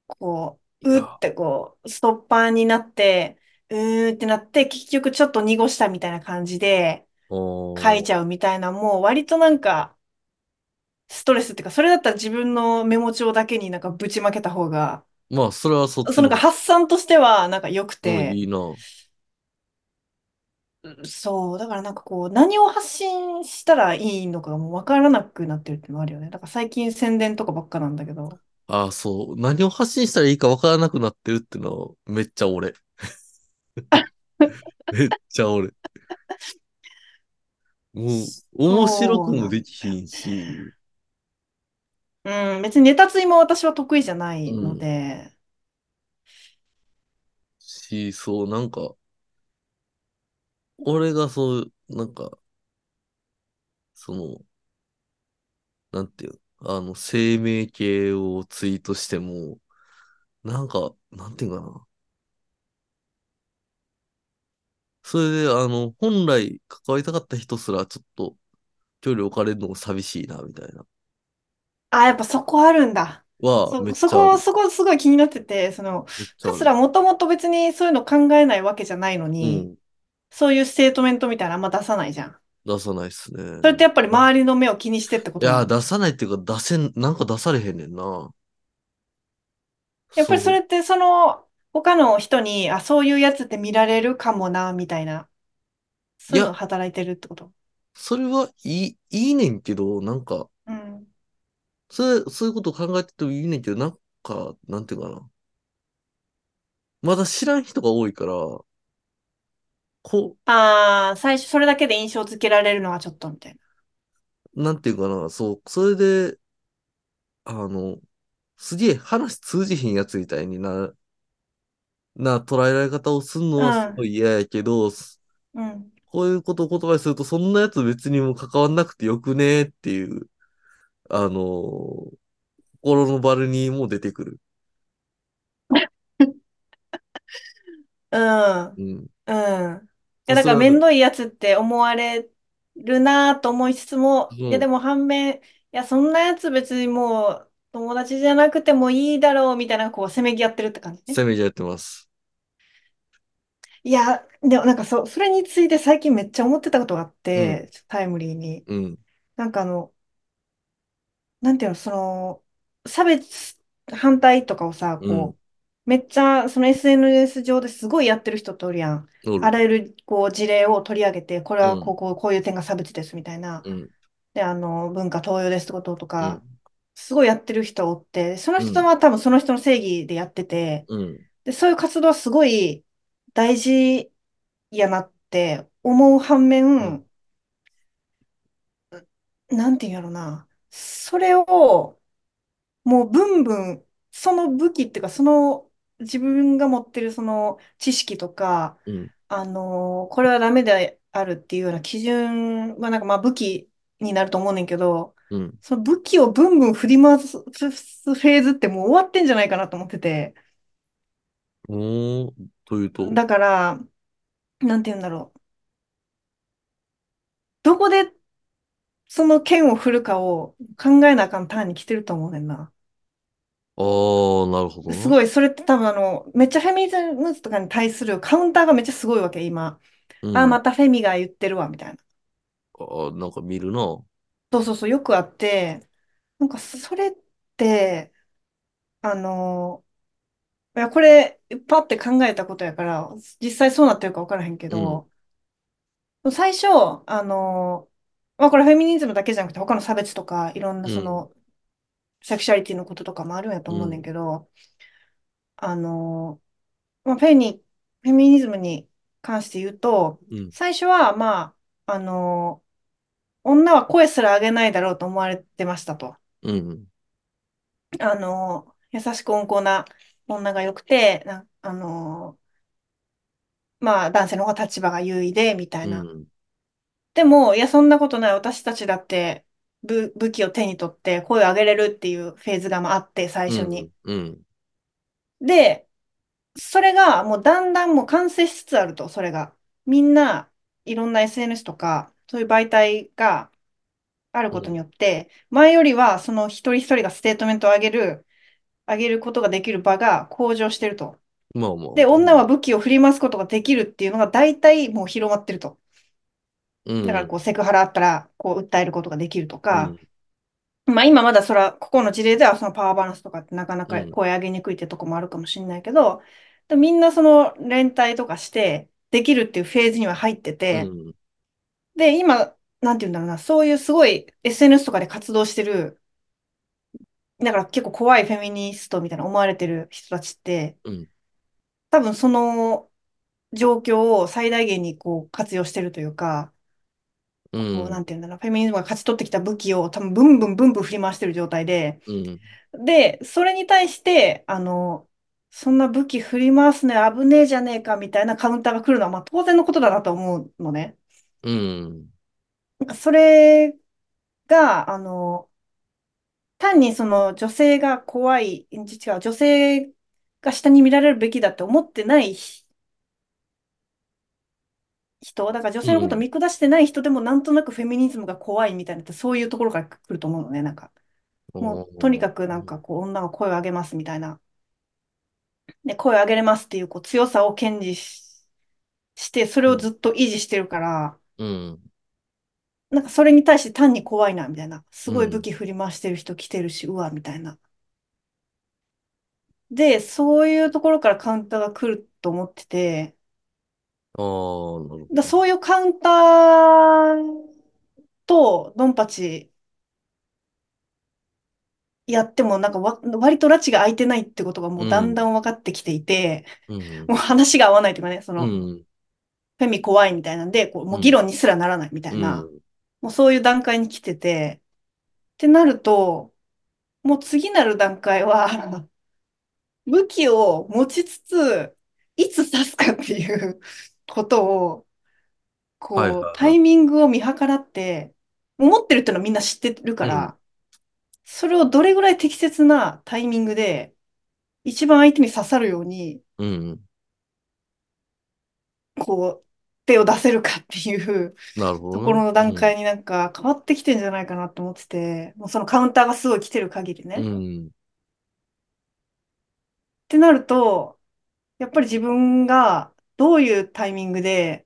こ、いううっや、てこう、ストッパーになって、うーってなって、結局ちょっと濁したみたいな感じで書いおちゃうみたいな、もう割となんか、ストレスっていうか、それだったら自分のメモ帳だけになんかぶちまけた方が、まあ、それはそっそちののなんか方発散としてはなんか良が、くうん、て、いいな。そう、だからなんかこう、何を発信したらいいのかがもう分からなくなってるっていうのもあるよね。だから最近宣伝とかばっかなんだけど。ああ、そう。何を発信したらいいかわからなくなってるってのは、めっちゃ俺。めっちゃ俺。もう、面白そくうもなでんきだよひんし、ね。うん、別にネタついも私は得意じゃなういのん。で。し、そう、なんか、俺がそう、なんか、その、なんていう、あの、生命系をツイートしても、なんか、なんていうかな。それで、あの、本来関わりたかった人すら、ちょっと、距離置かれるのも寂しいな、みたいな、あ、やっぱそこあるんだ。は、めそ、っそちゃあこ、る。そこすごい気になってて、その、めっちゃあカスる。ラもともと別にそういうの考えないわけじゃないのうに、ん。そういうステートメントみたいなのあんま出さないじゃん。出さないっすね。それってやっぱりうん周りの目を気にしてってこいとなやー、の出さないっていうか、出せん、なんか出されへんねんな。やっぱりそそれう。ってその他の人に、あ、そういうやつって見られるかもな、みたいな、いそういうのや、働いてるってことそれはいい、いいねんけど、なんか、うん。それ、そういうことを考えててもいいねんけど、なんか、なんていうかな。まだ知らん人が多いから、こああ、最初それだけで印象付けられるのはちょっとみたいう、な。なんていうかな、そう、それで、あの、すげえ話通じひんやつみたいにな、な、捉えられ方をするのはすごい嫌やけど、すうん、うん。こういうことを言葉にすると、そんなやつ別にもう関わんなくてよくねっていう、あの、心のバルニーも出てくる。うん。うん。うん。いや、まあ、だそかれらは、めんどいやつって思われるなと思いつつも、いや、でもも反面、いや、そんなやつ別にもう友達じゃなくてもいいだろうみたいな、こう、せめぎ合ってるって感じう、ね。せめぎ合ってます。いや、でもなんかそ、それについて最近めっちゃ思ってたことがあっうん、て、ちょっとタイムリーに。うん、なんかあの、なんていうの、その、差別反対とかをさ、うん、こう、めっちゃ、その SNS 上ですごいやってる人っておるやん。おる。あらゆる、こう、事例を取り上げて、これうはこん、う、こう、こういう点が差別ですみたいな。うん、で、あの、文化登用ですってこととうか、ん、すごいやってる人おって、そのう人ん、は多分その人の正義でやってて、うん。で、そういう活動はすごい大事やなって思う反うん面、なんていうんやろな。それを、もうブンブン、その武器っていうか、その自分が持ってるその知識とか、うん、あのーこれはダメであるっていうような基準は、なんかまあ武器になると思うねんけど、うん。その武器をブンブン振り回すフェーズってもう終わってんじゃないかなと思ってて。おー、というと、だから、なんて言うんだろう。どこでその剣を振るかを考えなあかんターンに来てると思うねんな。あー、なるほすどな。ごい、それって多分あの、めっちゃフェミニズムとかに対するカウンターがめっちゃすごいわけ、今。うあ、まん。たフェミが言ってるわ、みたいな。あー、なんか見るな。そうそうそう、よくあって、なんかそれって、あの、いや、これ、パって考えたことやから、実際そうなってるかわからへんけうん、ど、最初、あの、まあこれフェミニズムだけじゃなくて、他の差別とか、いろんなうそん、の、セクシャリティのこととかもあるんやとう思うねんん、けど、あの、まあ、フェニ、フェミニズムに関して言うと、うん、最初は、まあ、あの、女は声すら上げないだろうと思われてましたと。うん、あの、優しく温厚な女が良くて、な、あの、まあ、男性の方が立場が優位で、みたういな。ん、でも、いや、そんなことない。私たちだって、武、武器を手に取って声を上げれるっていうフェーズがまああって、最う初ん、に。うん。で、それがもうだんだんもう完成しつつあると、それが。みんないろんな SNS とか、そういう媒体があるうことんによって、前よりはその一人一人がステートメントを上げる、上げることができる場が向上してると。まあまあ、で、う女はん、武器を振り回すことができるっていうのが大体もう広まってると。うだからん、こうセクハラあったらこう訴えることができるとうか、ん、まあ今まだそれは個々の事例ではそのパワーバランスとかってなかなうかん、声上げにくいってとこもあるかもしれないけど、でみんなその連帯とかしてできるっていうフェーズには入ってうて、ん、で、今、なんて言うんだろうな、そういうすごい SNS とかで活動してる、だから結構怖いフェミニストみたいな思われてる人たちって、うん。多分その状況を最大限にこう活用してるというか、うこう、なんんて言うんだろう、フェミニズムが勝ち取ってきた武器を多分ブンブンブンブン振り回してる状態で、うんで、それに対して、あの、そんな武器振り回すね、危ねえじゃねえかみたいなカウンターが来るのは、まあ当然のことだなと思うのね。うんなんかそれが、あの、単にその女性が怖い、違う、女性が下に見られるべきだって思ってない人、だから女う性のことをん見下してない人でもなんとなくフェミニズムが怖いみたいなって、そういうところから来ると思うのね、なんか。あもうとにーかくなんかこう女が声を上げますみたいな。で、声を上げれますっていうこう強さを堅持し、してそれうをんずっと維持してるから、うんなんかそれに対して単に怖いな、みたいな。すうごい武ん器振り回してる人来てるし、うわ、みたいな。で、そういうところからカウンターが来ると思ってて、ああ、なるだほど。そういうカウンターとドンパチやっても、なんかわ、割と拉致が空いてないってことがもううだんだん、ん分かってきていて、うもん、う話が合わないとかね、そうの、ん、フェミ怖いみたいなんで、こう、もうう議ん、論にすらならないみたういな、ん。もうそういう段階に来てて、ってなると、もう次なる段階は、 武器を持ちつつ、いつ刺すかっていう ことはを、いはいこう、タはイミングを見計らって、もう持ってるってのはみんな知ってるかい。うん。ら、それをどれぐらい適切なタイミングで、一番相手に刺さるように、うん。こう、手を出せるかっていうなるほとこどろね。のう段階ん。になんか変わってきてんじゃないかなと思ってて、もうそのカウンターがすごい来てる限りうね。っん。てなると、やっぱり自分がどういうタイミングで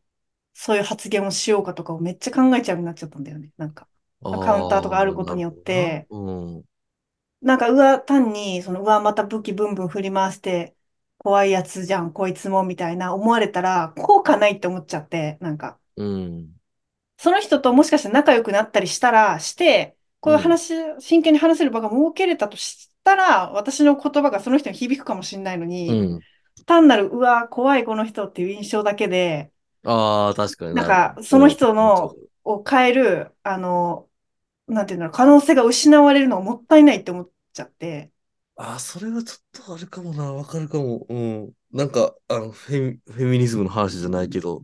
そういう発言をしようかとかをめっちゃ考えちゃうようになっちゃったんだよね。なんか、カウンターとかああるあ、ことなにるよっほどな。て、うん。なんか、うわ、単に、その、うわ、また武器ブンブン振り回して、怖いやつじゃん、こいつも、みたいな思われたら、効果ないって思っちゃって、なんか、うん。その人ともしかして仲良くなったりしたら、して、こうう。いうん話、真剣に話せる場が設けれたとしたら、私の言葉がその人に響くかもしれないのうに、ん。単なる、うわ、怖いこの人っていう印象だけで、ああ、確かになんな。か、うそのん。人めっちゃわかの、る。を変える、あの、なんていうんだろう、可能性が失われるのはもったいないって思っちゃって、ああ、それはちょっとあれかもな。わかるかも。うん。なんか、あの、フェミ、フェミニズムの話じゃないけど。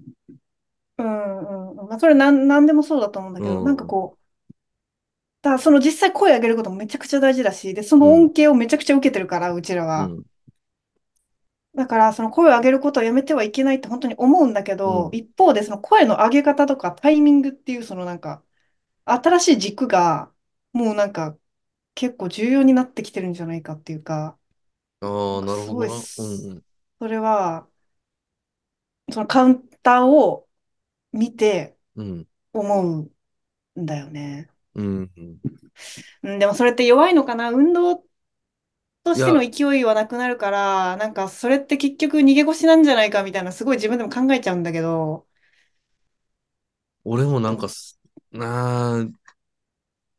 うんうんうん、まあ、それなん、なんでもそうだと思うんだうけど、なんかん。こう、だからその実際声上げることもめちゃくちゃ大事だし、で、そうの恩ん。恵をめちゃくちゃ受けてるから、うちらうは。ん。だから、その声を上げることをやめてはいけないって本当に思うんだけうど、ん。一方でその声の上げ方とかタイミングっていう、そのなんか、新しい軸が、もうなんか、結構重要になってきてるんじゃないかっていうか、あなあ、んかなるすほごいどな。うす、ん。それは、そのカウンターを見てうん。思うんだよね。うん。うんうん、でもそれって弱いのかな運動といしてや、の勢いはなくなるから、なんかそれって結局逃げ腰なんじゃないかみたいな、すごい自分でも考えちゃうんだけど、俺もなでんかも、す、なあ、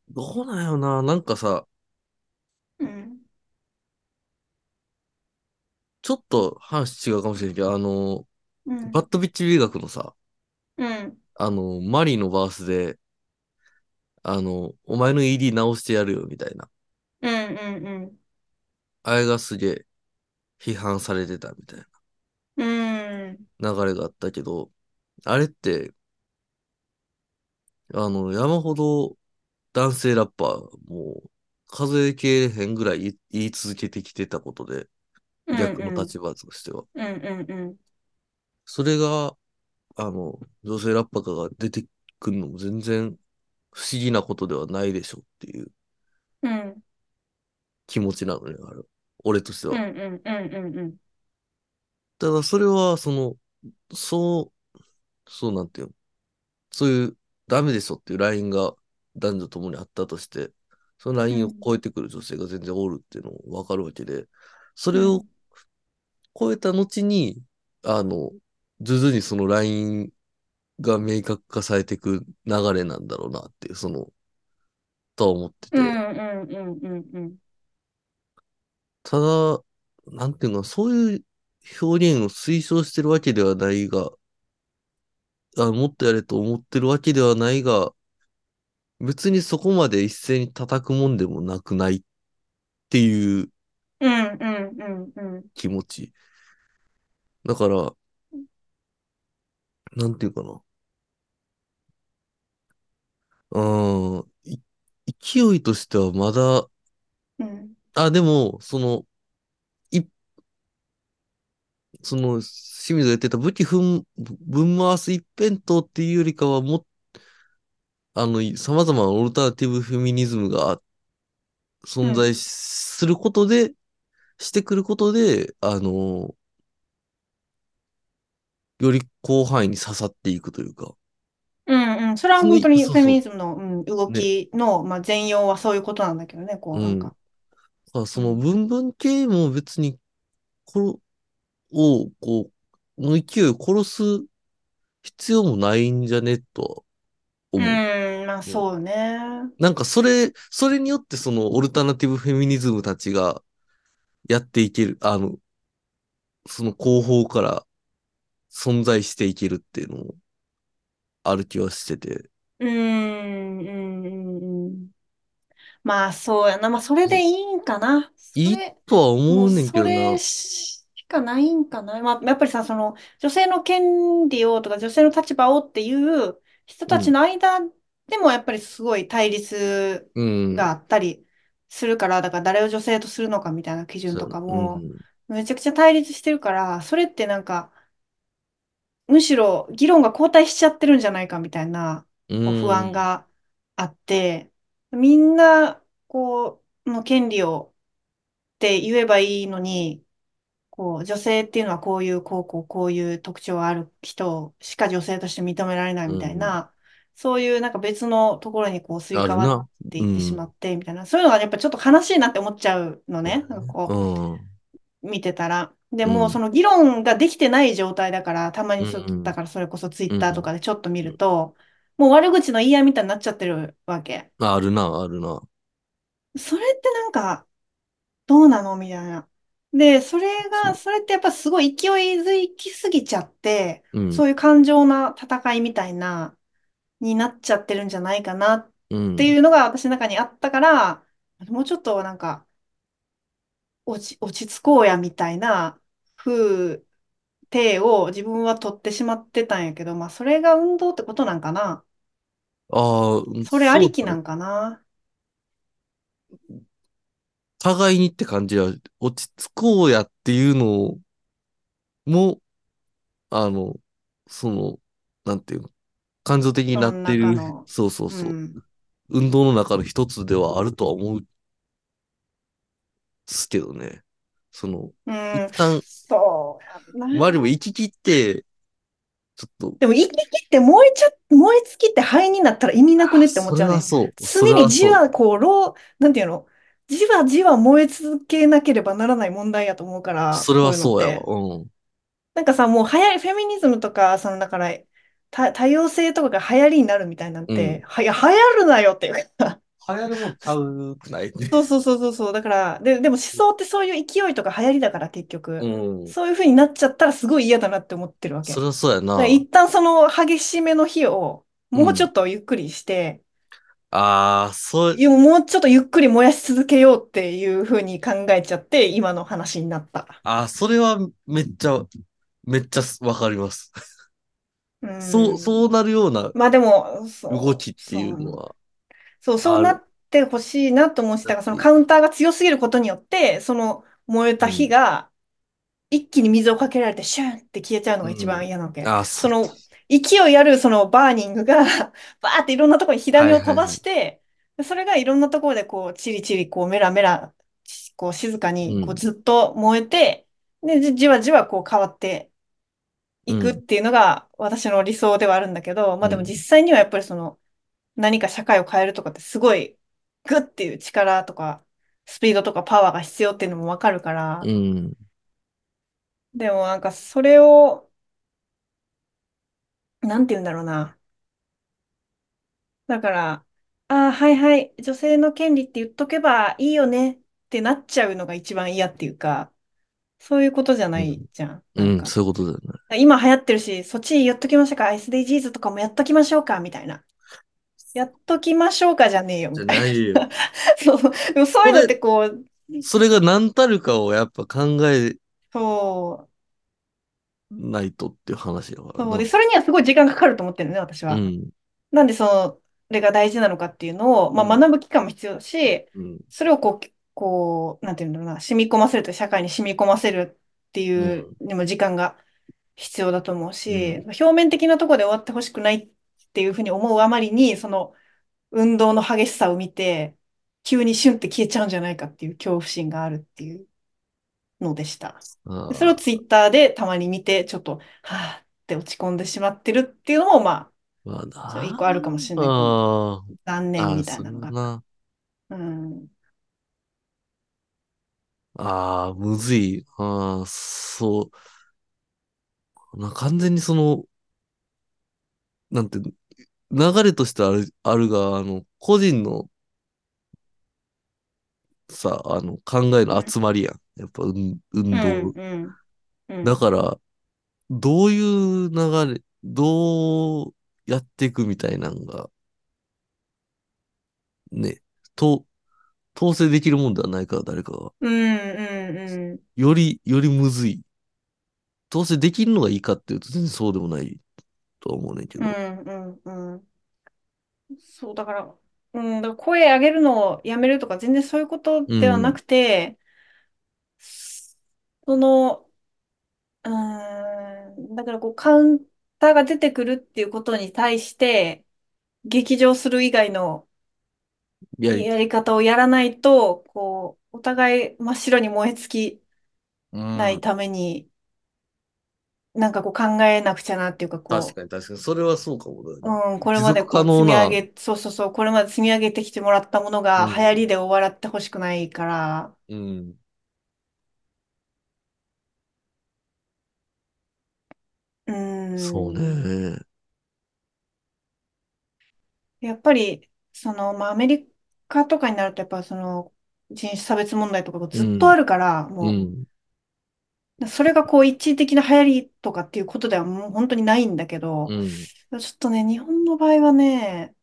どうなんやろな。なんかさ、うん、ちょっと話違うかもしれんけど、あの、うバん、ットビッチ美学のさ、うん、あの、マリのバースで、あの、お前の ED 直してやるよ、みたいな。うん、うん、うん、あれがすげえ批判されてたみたいうん、な流れがあったけど、あれって、あの、山ほど男性ラッパー、もう、数えきれへんぐらい言い言い続けてきてたことで、うん、逆のうん、立場としては。うん、うん、それが、あの、女性ラッパーが出てくるのも全然不思議なことではないでしょっていううん、気持ちなのね、あれ。俺としてうは。ん、うん、うん、うん、うん、ただそれは、その、そう、そうなんていうの、そういうダメでしょっていうラインが男女ともにあったとして、そのラうインをん、超えてくる女性が全然おるっていうのもわかるわけで、そうれをん、超えた後に、あの、徐々にそのラインが明確化されていく流れなんだろうなっていう、その、とは思ってうん、て。うん、うん、うん、ただ、なんていうのか、そういう表現を推奨してるわけではないが、あ、もっとやれと思ってるわけではないが、別にそこまで一斉に叩くもんでもなくないっていううん、うん、うんうんうん気持ち。だから、なんていうかな。うん、い勢いとしてはまだ、うん、あ、でも、その、い、その、清水が言ってた武器ふん、ぶん回す一辺倒っていうよりかは、もっ、あの、い様々なオルタナティブフェミニズムがう存在ん、することで、してくることで、あの、より広範囲に刺さっていくというか、うんうん、それはその本い、当にそうフェミニそズムの、うん、動う。ね。きの、まあ、全容はそういうことなんだけどね、こう、うなんん。か。あ、うそのん、文文系も別にこれを、こう、の勢いを殺す必要もないんじゃねとはう思う。ん、まあそうね。なんかそれ、それによってそのオルタナティブフェミニズムたちがやっていける、あの、その後方から存在していけるっていうのもある気はしてて。うん、うん、うんうん。まあそうやな。まあそれでいいんかな。そいいれ、とはも思ううねんけどそれな。しかないんかな。まあやっぱりさ、その女性の権利をとか女性の立場をっていう人うたちん。の間でもやっぱりすごい対立うん。があったりするから、だから誰を女性とするのかみたいな基準そうとやなかうもん。めちゃくちゃ対立してるから、それってなんか、むしろ議論が後退しちゃってるんじゃないかみたいなうこう不安ん。があって、みんなこうの権利をって言えばいいのに、こう女性っていうのはこういうこうこうこういう特徴がある人しか女性として認められないみうたいん。な、そういうなんか別のところにこうすりあ替るわっな。てういってしまん。ってみたいな、そういうのがやっぱちょっと悲しいなって思っちゃうのそうね。なんかやねこう。うん見てたら。でうもうそん。の議論ができてない状態だから、たまうにそう、だん。からそれこそツイうッターとん。かでちょっと見ると、もう悪口の言い合いみたいになっちゃってるわけ。ああるな、あるな。それってなんか、どうなのみたいな。で、それそが、う。それってやっぱすごい勢いづきすぎちゃって、うそん。ういう感情な戦いみたいな、になっちゃってるんじゃないかなってういん。うのが私の中にあったから、もうちょっとなんか、落ち、落ち着こうやみたいな風体を自分は取ってしまってたんやけど、まあそれが運動ってことなんかな。ああ、うんそれあそりうきだなね。んかな。互いにって感じは、落ち着こうやっていうのも、あの、その、なんていうの、感情的に人なのって中る、の。そうそううそう、ん。運動の中の一つではあるとは思うんですけどね。その、う一ん。旦、そうやな。まあでも行き切って、ちょっと、でも、息切って燃えちゃ、燃え尽きて灰になったら意味なくあ、ねって思っそちれゃうはね。そう、そ常れにはじそわ、こう、ろう、なんていうのじわじわ燃え続けなければならない問題やと思うかう、ら、それこはういうのっそうやわ、て。うん。なんかさ、もう流行り、フェミニズムとか、その、だから、た多様性とかが流行りになるみたいなんうて、ん。はや、流行るなよって いうか。流行るもんちゃうくないね。そうそうそうそうそう。だから、で、でも思想ってそういう勢いとか流行りだから結う局、ん。そういう風になっちゃったらすごい嫌だなって思ってるわけ。それはそうやだからな。一旦その激しめの火を、うもうちょん。っとゆっくりして、ああ、そう、いやもうちょっとゆっくり燃やし続けようっていう風に考えちゃって、今の話になった。ああ、それはめっちゃ、めっちゃわかります。うそう、ん。そうなるようなまあでも、動そきっう、ていそううのな。はそう、そうあなる。ってほしいなと思うし、だだっからそのて、カウンターが強すぎることによって、その燃えうた火ん、が一気に水をかけられてシュンって消えちゃうのうが一番ん。嫌なわけ。あ、そそう、の勢いあるそのバーニングが バーっていろんなところに火は種いをは飛いばはしい。て、それがいろんなところでこうチリチリこうメラメラしこう静かにう、こうんずっと燃えて、で、じ、じわじわこう変わってういくっん、ていうのが私の理想ではあるんだけど、まあうでもん。実際にはやっぱりその何か社会を変えるとかってすごいグッていう力とかスピードとかパワーが必要っていうのもわかるかうら、ん。でもなんかそれを、なんて言うんだろうな。だから、ああ、はいはい、女性の権利って言っとけばいいよねってなっちゃうのが一番嫌っていうか、そういうことじゃなういん、じゃん。なんうんか、そういうことだよね。今流行ってるし、そっち言っときましょうか、SDGs とかもやっときましょうか、みたいな。やっときましょうかじゃねえよ、じみゃたいないよ。な。 そう、でもそうそいうのってれ、こう、それが何たるかをやっぱ考えそう、ないとっていう話だからそうで、な。それにはすごい時間かかると思ってるのね、私うは。ん、なんでそれが大事なのかっていうのを、うまあ、ん、学ぶ期間も必要だし、うん、それをこう、こう、なんていうんだろうな、染み込ませるという、社会に染み込ませるってういう、ん、でも時間が必要だと思ううし、ん。表面的なところで終わってほしくないっていうふうに思うあまりに、その運動の激しさを見て、急にシュンって消えちゃうんじゃないかっていう恐怖心があるっていうのでした。でそれをあツイッターでたまに見て、ちょっと、はぁって落ち込んでしまってるっていうのも、まあ、ーまあそう、一な個あるかもしれないけど、あ、残念ああ、みたいそなれのはが。な。うん。ああ、むずい。ああ、そう。な、完全にその、なんて、流れとしてある、あるが、あの、個人のさ、あの、考えの集まりやん。やっぱ、運、う運ん、動。うん、うだん。から、どういう流れ、どうやっていくみたいなんが、ね、と、統制できるもんではないから、誰かが。うん、うん、うん。より、よりむずい。統制できるのがいいかっていうと、全然そうでもないとは思うねんけうど。ん、うん、うん。そう、だから、うん、だから声上げるのをやめるとか、全然そういうことう、ではなんくて、その、うーん、だからこう、カウンターが出てくるっていうことに対して、劇場する以外のいや、やり方をやらないと、こう、お互い真っ白に燃え尽きう。なんいために、なんかこう考えなくちゃなっていうか、確こかに確かに、それはそうかもだう、ね。うん、これ持まで続こ可う積能み上な、げ、そうそうそう、これまで積み上げてきてもらったものうが流行ん、りで終わってほしくないから、うん。うそうーん。ね。やっぱり、その、まあ、アメリカとかになると、やっぱその、人種差別問題とかがうずっとあん、るから、うもん、う、それがこう一時的な流行りとかっていうことではもう本当にないんだけうど、ん。ちょっとね、日本の場合はね、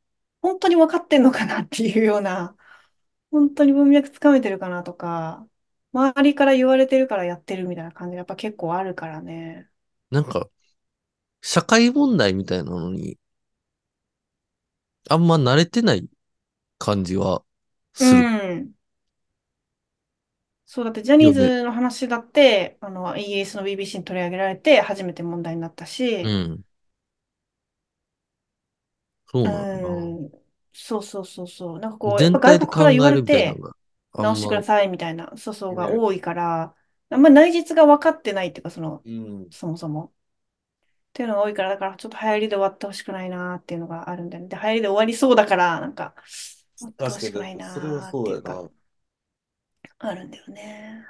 本当に分かってんのかなっていうような、本当に文脈つかめてるかなとか、周りから言われてるからやってるみたいな感じがやっぱ結構あるからね。なんか、社会問題みたいなのに、あんま慣れてない感じはうするん。そう、だってジャニーよね。ズの話だって、あの、イギリスの BBC に取り上げられて初めて問題になったうし、ん。そううなんだな。ん、そうそうそうそう。なんかこう、やっぱ全体外で国から言考わえれるみたいなのて、があ直んしてくまださいみたいな、そうそうがね。多いから、あんま内実が分かってないっていうか、その、うん。そもそも。っていうのが多いから、だからちょっと流行りで終わってほしくないなーっていうのがあるんだよね。で、流行りで終わりそうだから、なんか、終わってほ確かしに、くだっないてそれはなーってそういやうか、な。あるんだよね。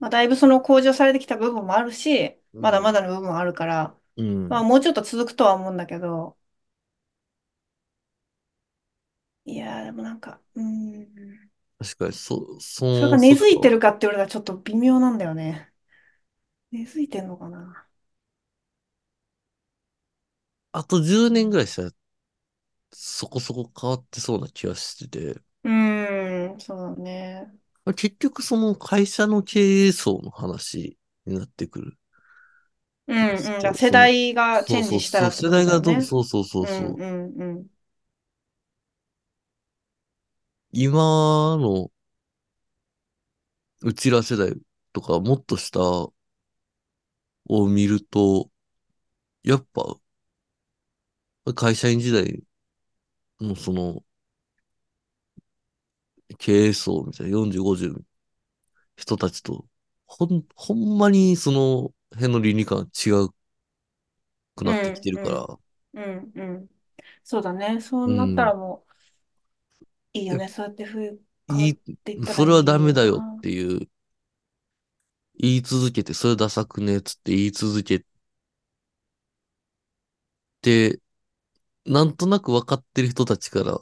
まあ、だいぶその向上されてきた部分もあるし、うまだまん。だの部分もあるから、うまあ、ん。もうちょっと続くとは思うんだけど、いやー、でもなんか、うーん。確かに、そ、それそがう根する付いてと、るかって言われたらちょっと微妙なんだよね。根付いてんのかな。あと10年ぐらいしたら、そこそこ変わってそうな気がしてて。うーん、そうだね。結局その会社の経営層の話になってくる気うんがうん。しだかて、ら世その、代がチそうェンそジうしたそらう、世ってこと代だよがどう、ね。そうそうそううんそう、うんうん。今のうちら世代とかもっと下を見ると、やっぱ会社員時代のその経営層みたいな40、50人たちと、ほん、ほんまにその辺の倫理観違うくうなってきてんるうかん。ら、うんうん。そうだね。そううなったらん。もういいよやね。そうやって冬変わいっい、ていったらそいれはいダメよだよっな。ていう、言い続けて、それダサくねっつって言い続けて、なんとなく分かってる人たちから、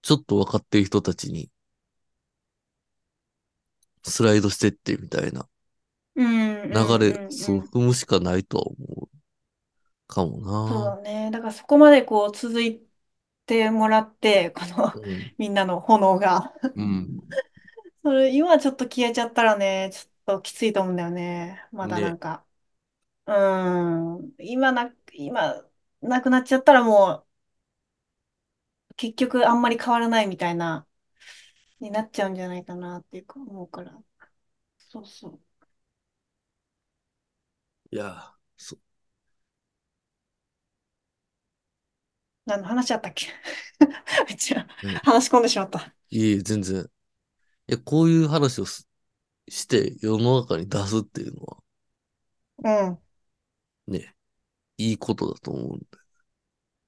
ちょっと分かってる人たちにスライドしてってみたいなうんう流んれ、うんうそう、ん。踏むしかないとは思うかもそうな。だね。だからそこまでこう続いてもらって、こうのん。みんなの炎がうん。それ今ちょっと消えちゃったらね、ちょっときついと思うんだよね。まだなね。んか。うーん。今な、今、なくなっちゃったらもう、結局あんまり変わらないみたいな、になっちゃうんじゃないかなっていうか思うから。そうそう。いや、そ、何の話だったっけ めっちゃね。話し込んでしまった。いえいえ、全然。いや、こういう話をすして世の中に出すっていうのは、うん。ね、いいことだと思うん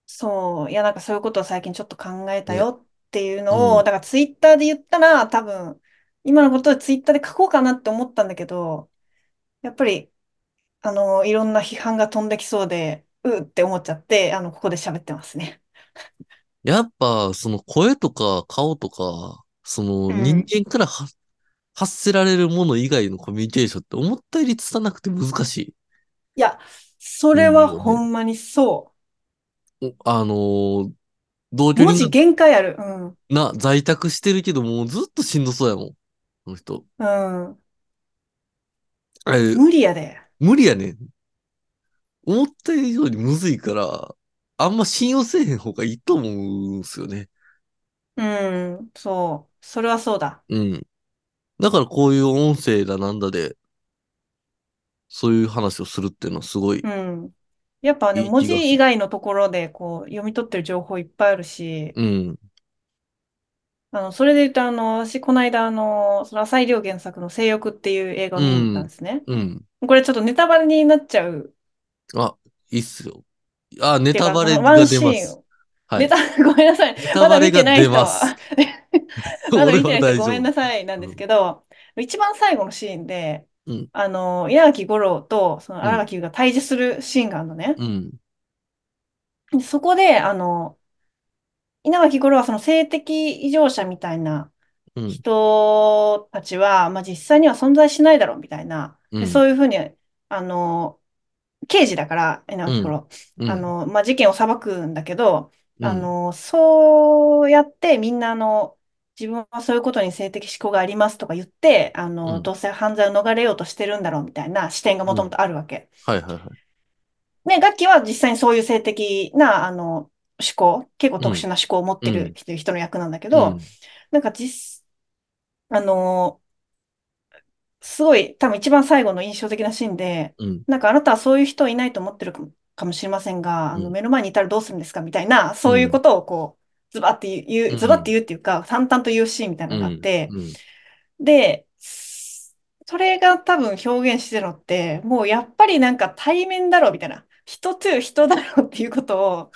そう。いや、なんかそういうことを最近ちょっと考えたで。ね。よっていううのを、ん、だからツイッターで言ったら多分、今のことをツイッターで書こうかなって思ったんだけど、やっぱり、あの、いろんな批判が飛んできそうで、うーって思っちゃって、あの、ここで喋ってますね。 やっぱ、その声とか顔とか、そのう人ん。間からは発せられるもの以外のコミュニケーションって思ったより拙なくて難しいや、そい。れうんはよほね。んまにそおあのー同う。居文人字が限界ある。うな、在宅してるけど、もうずっとしんどそうやもん。この人。ん。うん。あれ、無理やで。無理やねん。思った以上にむずいから、あんま信用せえへん方がいいと思うんすよね。うん。そう。それはそうだ。うん。だからこういう音声だなんだで、そういう話をするっていうのはすごいうん。やっぱね、いい文気字が以する。外のところで、こう、読み取ってる情報いっぱいあるし、うん。あの、それで言うと、あの、私、この間、あの、その浅井亮原作の性欲っていう映画をう見に行ったんん。ですね。うん。これちょっとネタバレになっちゃうあ、いいっすよ。あ、ネっていうタか、バこレのワンが出まシーンす。を、はネい。タ、 ごめんなさい。ネタまバだレ見てがない出人まはす。まだ 俺見はてない人大はご丈めん夫。なさいなんうですん。けど、一番最後のシーンで、うん。あの、稲垣吾郎と、そのう新ん。垣結衣が対峙するシーンがあるのね。うん。でそこで、あの、稲垣吾郎はその性的異常者みたいなうん。人たちは、まあ、実際には存在しないだろうみたいな、うで、ん。そういうふうに、あの、刑事だから、稲う垣吾ん。郎、うあん。の、まあ、事件を裁くんだけど、うあん。の、そうやってみんな、あの、自分はそういうことに性的指向がありますとか言って、あうの、ん。どうせ犯罪を逃れようとしてるんだろうみたいな視点がもうともん。とあるわけ。はいはいはい。ね、楽器は実際にそういう性的な、あの、思考、結構う特ん。殊な思考を持っうてるん。人人の役なんだけうど、ん。なんか実、あの、すごい、多分一番最後の印象的なシーンで、うん。なんかあなたはそういう人いないと思ってるかも、かもしれませんが、あうのん。目の前にいたらどうするんですかみたいな、う。そういうんことをこう、ズバって言うう、ズバってん。言うっていうか、淡々と言うシーンみたいなうのがあっん。て、うん。で、それが多分表現してるのって、もうやっぱりなんか対面だろうみたいな、人と人だろうっていうことを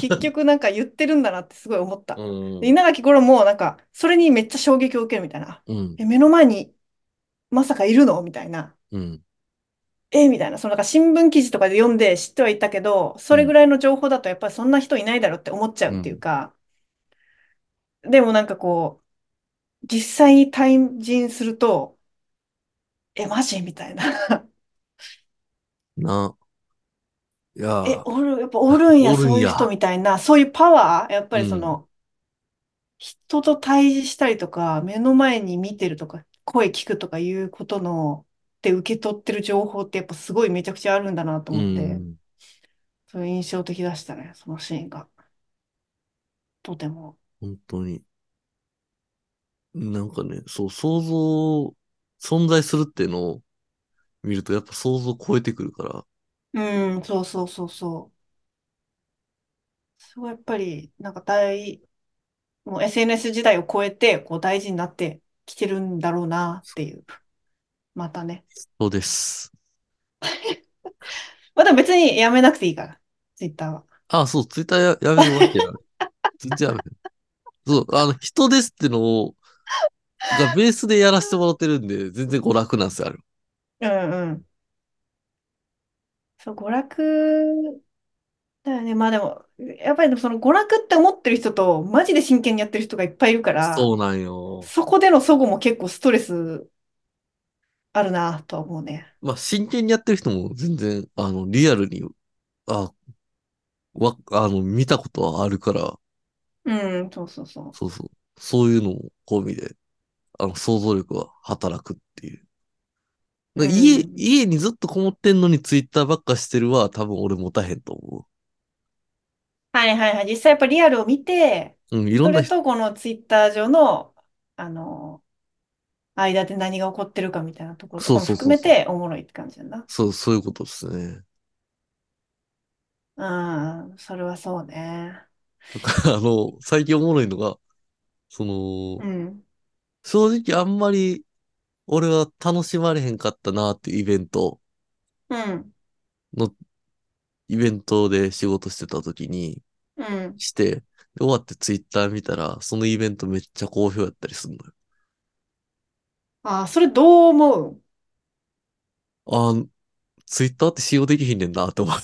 結局なんか言ってるんだなってすごい思った。で、う稲垣吾郎もなんかそれにめっちゃ衝撃を受けるみたいな。ん。え、目の前にまさかいるのみたいな。うん。え、みたいな。そのなんか新聞記事とかで読んで知ってはいたけど、うそれぐん。らいの情報だとやっぱりそんな人いないだろうって思っちゃう。うっていうんか、でもなんかこう、実際に対人すると、え、マジみたいな。な、いやえ、ー、おる、やっぱおるんや、おるんそういう人や。みたいな、そういうパワー、やっぱうりそん。の、人と対峙したりとか、目の前に見てるとか、声聞くとかいうことの、で受け取ってる情報ってやっぱすごいめちゃくちゃあるんだなとう思って、ん。それ印象的でしたね、そのシーンが。とても。本当に。なんかね、そう、想像、存在するっていうのを見ると、やっぱ想像を超えてくるから。うん、そうそうそうそう。すごいやっぱり、なんか大、もう SNS 時代を超えて、こう大事になってきてるんだろうなっていう。またね。そうです。また別にやめなくていいから、ツイッターは。あ、そう、ツイッターや、やめるわ けや。全然やめる。そう、あの、人ですってのを、がベースでやらせてもらってるんで、全然こう楽なんですよ、あれ。うんうん。そう、娯楽だよね。まあでも、やっぱりでもその娯楽って思ってる人と、マジで真剣にやってる人がいっぱいいるから、そうなんよ。そこでの齟齬も結構ストレスあるなとは思うね。まあ、真剣にやってる人も全然、あの、リアルに、あ、わ、あの、見たことはあるから、うん、そうそうそそうそう。そういうのも込みで、あの、想像力は働くっていう。う。だからう家、ん。家にずっとこもってんのにツイッターばっかしてるは多分俺持たへんと思はいはいはい。実際やっぱリアルを見て、う。うん、いろそんなれ人、とこのツイッター上の、あの、間で何が起こってるかみたいなところとそうかもそう含そうめそう。ておもろいって感じだな。そう、そういうことですね。うん、それはそうね。だからあの、最近おもろいのが、その、うん。正直あんまり俺は楽しまれへんかったなっていうイベントうん。の、イベントで仕事してた時にうん。して、で終わってツイッター見たら、そのイベントめっちゃ好評やったりするのよ。ああ、それどう思うあー、ツイッターって信用できひんねんなって思う。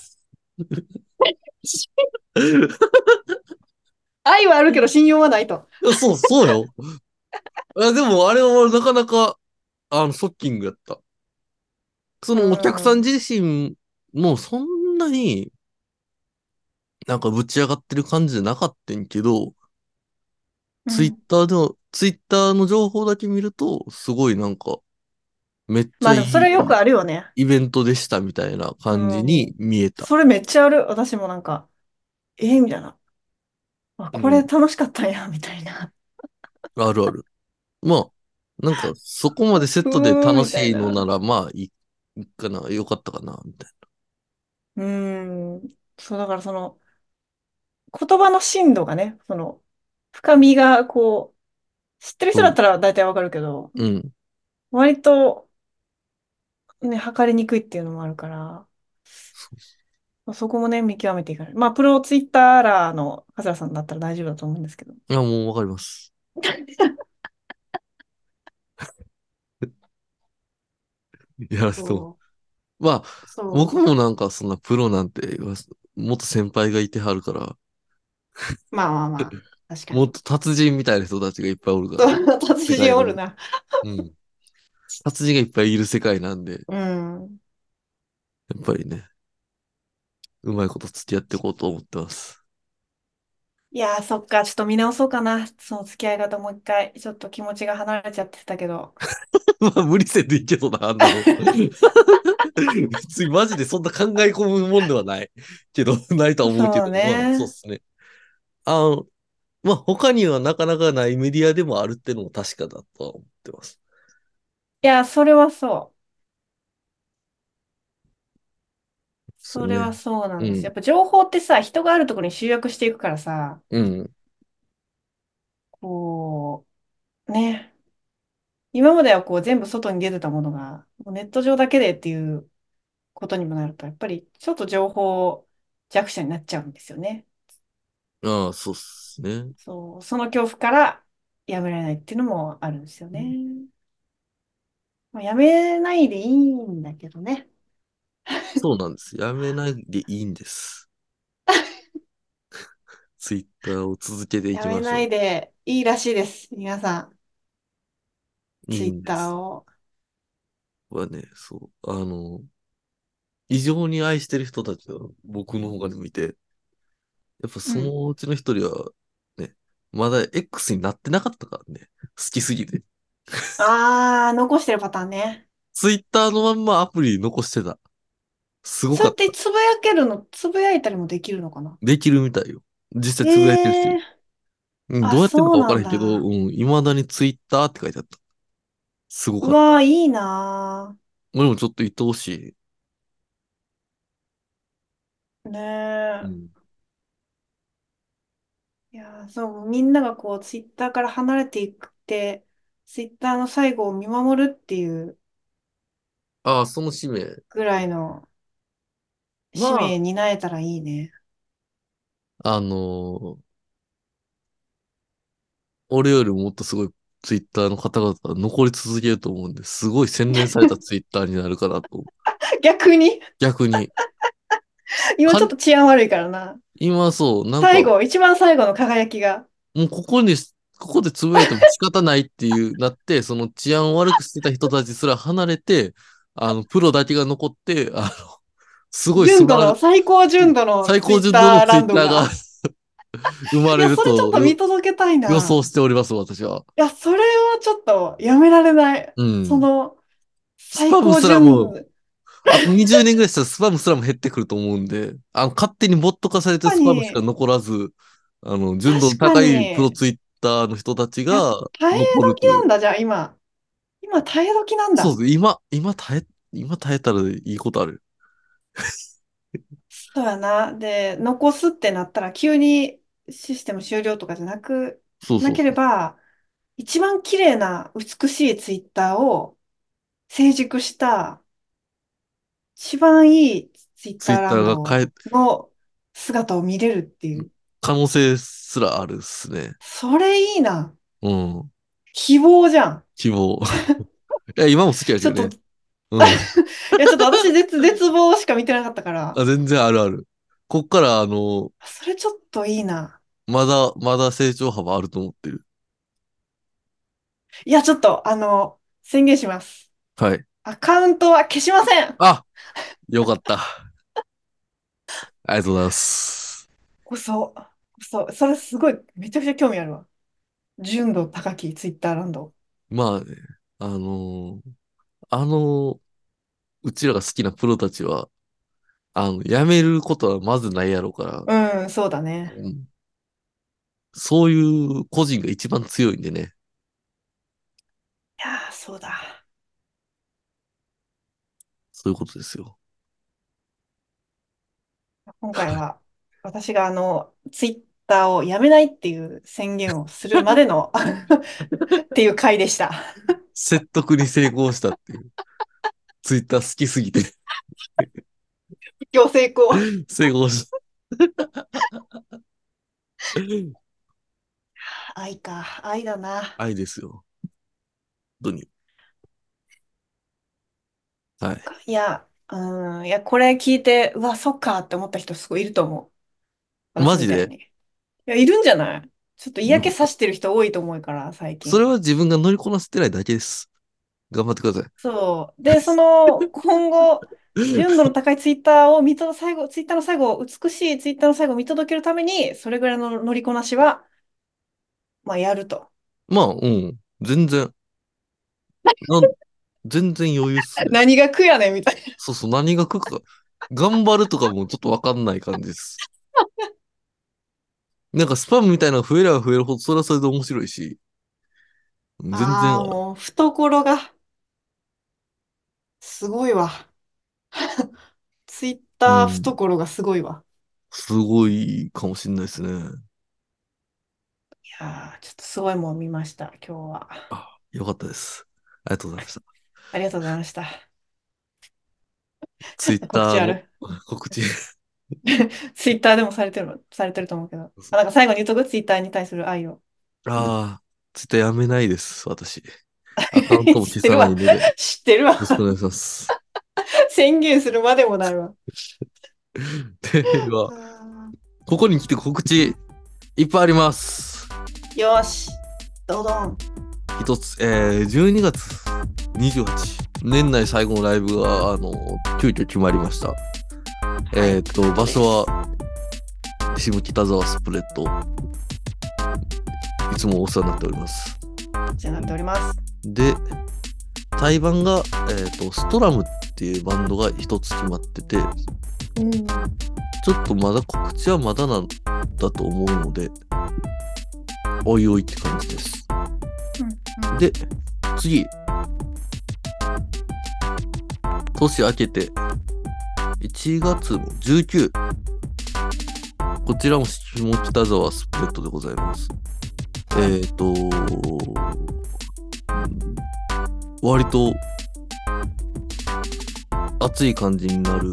愛はあるけど信用はないと。いやそう、そうよ。あでも、あれはなかなか、あの、ショッキングやった。そのお客さん自身もそんなになんかぶち上がってる感じじゃなかったんけど、うんツイッターでの、ツイッターの情報だけ見ると、すごいなんか、めっちまゃあいでいもそれよくあるよね。イベントでしたみたいな感じに見えた。それめっちゃある。私もなんか、えーみたいな。あ、これ楽しかったんや、みたいな。あるある。まあ、なんか、そこまでセットで楽しいのなら、まあ、いいかな、よかったかな、みたいうん。そう、だからその、言葉の深度がね、その、深みがこう、知ってる人だったら大体わかるけど、な。うん。割と、ね、測りにくいっていうのもあるから、まあそこもね、見極めていかない。まあ、プロツイッターラーの桂さんだったら大丈夫だと思うんですけど。いや、もうわかります。 やらせてもらう。まあ、う、そう僕もなんかそんなプロなんて、もっと先輩がいてはるから、まあまあまあ、確 かもに。っと達人みたいな人たちがいっぱいおるから、そう達人おるな。うん。達人がいっぱいいる世界なんで、やうん。っぱりね、うまいこと付き合っていこうと思ってます。 いやー、そっか、ちょっと見直そうかな。その付き合い方もう一回、ちょっと気持ちが離れちゃってたけど。まあ、無理せんでいいけどな、あん なもん。別にマジでそんな考え込むもんではない。けど、 ないとは思うけど、そうまねあそうっすね。あの、まあ、他にはなかなかないメディアでもあるってのも確かだとは思ってます。いやー、それはそう。それはそうなんですうんよ。やっぱ情報ってさ、人があるところに集約していくからさ、うん。こう、ね。今まではこう全部外に出てたものが、もうネット上だけでっていうことにもなると、やっぱりちょっと情報弱者になっちゃうんですよね。ああ、そうっすね。そう、その恐怖からやめられないっていうのもあるんですよね。まあ、やめないでいいんだけどね。そうなんです。やめないでいいん です。ツイッターを続けていきやましょう。めないでいいらしいです。皆さん、ツいイいんでッタすー。を。はね、そう。あの、異常に愛してる人たちは僕の方が見て、やっぱそのうちの一人は、ね、まだ X になってなかったからね。好きすぎて。あー、残してるパターンね。ツイッターのまんまアプリ残してた。すごそうかっ。やったてつぶやけるの、つぶやいたりもできるのかな。できるみたいよ。実際つぶやいてる人いる、うん、あどうやってるのかわからへんけそうなど、んだうん、未だにツイッターって書いてあった。すごえーかうった。わー、いいな俺もちょっと愛おしい。ー。ねうー。ん。いやー、そう、みんながこう、ツイッターから離れていくって、ツイッターの最後を見守るっていうああ、その使命。ぐらいのま使あ命担えたらいいね。あのー俺よりももっとすごいツイッターの方々が残り続けると思うんで、すごい洗練されたツイッターになるかなと思う。 逆に、逆に。今ちょっと治安悪いからな。今そう、なんか、最後、一番最後の輝きが。もうここに、ここでつぶやいても仕方ないっていう、なって、その治安を悪くしてた人たちすら離れて、あの、プロだけが残って、あの、すごい素純度晴らの、しい、最高純度の最高ツイ純ッ度タのーツイランッタドーが生まいれや、るそれちょっとと見よ届けたいな。予想いしております、私は。や、それはちょっとやめられない。うん。その、ス最パム高すら純もう度。あと20年ぐらいしたらスパムすらも減ってくると思うんで、あの、勝手にボット化されてるスパムしか残らず、あの、純度の高確かいにプロツイッターの人たちが耐え残ると時いなんう。だ、じゃあ今。今耐え時なんだ。そうです。今、今耐え、今耐えたらいいことある。そうやな。で、残すってなったら、急にシステム終了とかじゃなく、そうそなうけ。れば、一番綺麗な美しいツイッターを成熟した、一番いいツイッターランドツイッターが変の姿を見れるっていう。可能性すらあるっすね。それいいな。うん。希望じゃん。希望。 いや、今も好きやちけょっどと、ね。うん。いや、ちょっと私絶、 絶望しか見てなかったから。あ、全然あるある。こっから、あの、それちょっといいな。まだ、まだ成長幅あると思ってる。いや、ちょっと、あの、宣言します。はい。アカウントは消しません。あよかった。ありがとうございます。こそ、こそ、それすごい、めちゃくちゃ興味あるわ。純度高きツイッターランド。まあね、あのーあの、うちらが好きなプロたちは、あの、辞めることはまずないやろうから、うん、そうだね。うんそういう個人が一番強いんでね。いやー、そうだ。そういうことですよ。今回は、私があの、ツイッターをやめないっていう宣言をするまでの っていう回でした。説得に成功したっていう。ツイッター好きすぎて今日成功。成功した。愛か、愛だな。愛ですよ。本当に。はい。いや、うん、いや、これ聞いて、うわ、そっかって思った人すごいいると思う。マ私ジみでたいに。いや、いるんじゃないちょっと嫌気さしてる人多いと思うから、最近。それは自分が乗りこなせてないだけです。頑張ってください。そう。で、その、今後、純度の高いツイッターを見と、最後、ツイッターの最後、美しいツイッターの最後を見届けるために、それぐらいの乗りこなしは、まあ、やると。まあ、うん。全然。なん全然余裕っすね。何が苦やねん、みたいな。そうそう、何が来るか。頑張るとかもちょっとわかんない感じ です。なんかスパムみたいなのが増えれば増えるほど、それはそれで面白いし。全然ああ、もう、懐が、すごいわ。 ツイッターうん懐がすごいわ。すごいかもしれないですね。いやー、ちょっとすごいもん見ました、今日は。よかったです。ありがとうございました。ありがとうございました。ツイッ告タ知あーのる。告知。ツイッターでもされてる、されてると思うけど。あなんか最後に言っとく、ツイッターに対する愛を。ああ、ツイッターやめないです、 私。アカウントも消さないので。よ知ってるわ。 ろしくお願いします。宣言するまでもないわ。では、ここに来て告知いっぱいあります。よし、どどん。一つ、えー、12月28年内最後のライブが、あの、急遽決まりました。えっ、と、場所は、下北沢スプレッド。いつもお世話になっております。こちらになっております。で、対バンが、えっ、と、ストラムっていうバンドが一つ決まってて、うん。ちょっとまだ告知はまだなんだと思うので、おいおいって感じです。で、次。年明けて、1月の19。こちらも下北沢スプレッドでございます。えっ、ー、と割と、熱い感じになる、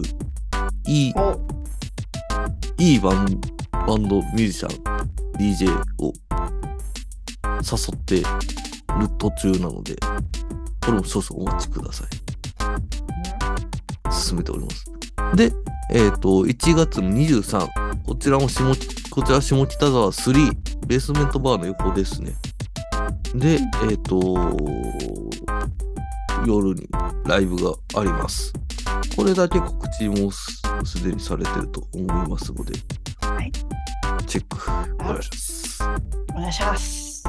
いい、お、いいバンバンド、ミュージシャン、DJ を誘ってる途中なので、これも少々お待ちください。進めております。で、えっ、と、1月の23、こちらも下、こちら下北沢3、ベースメントバーの横ですね。で、えっ、と、夜にライブがあります。これだけ告知もすすでにされてると思いますので、いチェックお願いします。お願いします。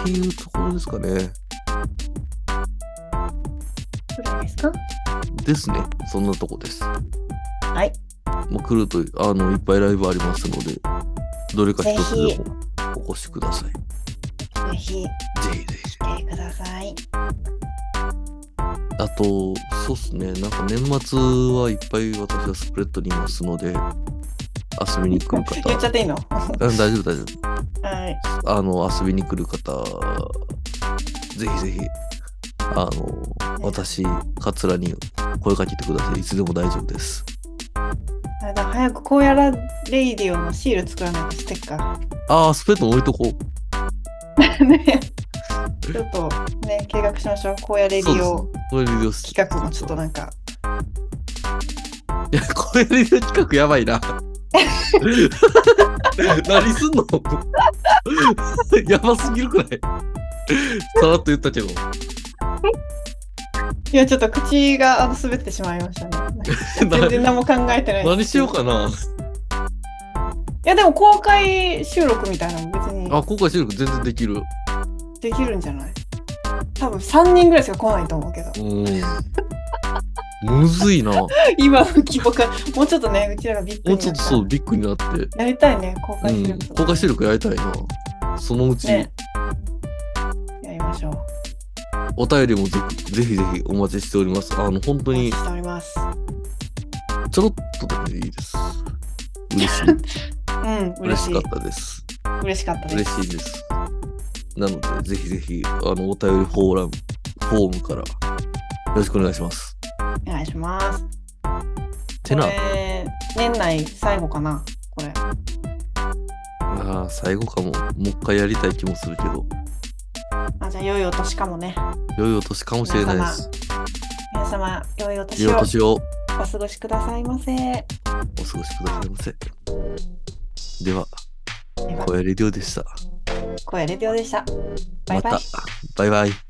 っていうところですかね。どうですかですね。そんなとこです。はい。もう来ると、あの、いっぱいライブありますので、どれか一つでもお越しください。ぜぜひ、ひぜひ。来てください。あと、そうっすね。なんか年末はいっぱい私はスプレッドにいますので、遊びに来る方言っちゃっていいのはうん、大丈夫大丈い。夫。あの、遊びに来る方、ぜひぜひ、あの、私、カツラに声かけてください。いつでも大丈夫です。はあ、でも早くこうやらレイディオのシール作らないとステッカああ、スペット置いとこ ー。ねちょっとね、計画しましょう。こうやレう。ディそオうです。これレディオ企画もちょっとなんか、いや、 これレディオ企画やばいな。 何すんの やばすぎるくないさらっと言ったけど。いや、ちょっと口があの滑ってしまいました ね。全然何も考えてない。何しようかないや、でも公開収録みたいなのも別にあ、公開収録全然できる。できるんじゃない多分3人ぐらいしか来ないと思 うけど。うん。むずいな。も今の規模か、もうちょっとね、うちらがびっくりうちょっとそう、ビッグになって。やりたいね、公う開収ん。録。公開収録やりたいな。そのうち、ね。やりましょう。お便りもぜぜひぜひお待ちしております。あの、本当おに待ち、しております。ちょろっとでいいです。嬉しい。うん、嬉嬉ししいかっ。たです。嬉しかったで嬉す。しいです。なので、ぜひぜひ、あの、お便りフォーラム、フォームから、よろしくお願いします。お願いします。てなこ、れ年内最後かな、これ。ああ、最後かも。もう一回やりたい気もするけど、あ、じゃあ、良いお年かもね。良いお年かもしれないです。皆様、良いお年良いをお年をお過ごしくださいませ。でお過ごしくださいませ。では、は、小屋レディオでした。声レディオでした。バイバイ。また、バイバイ。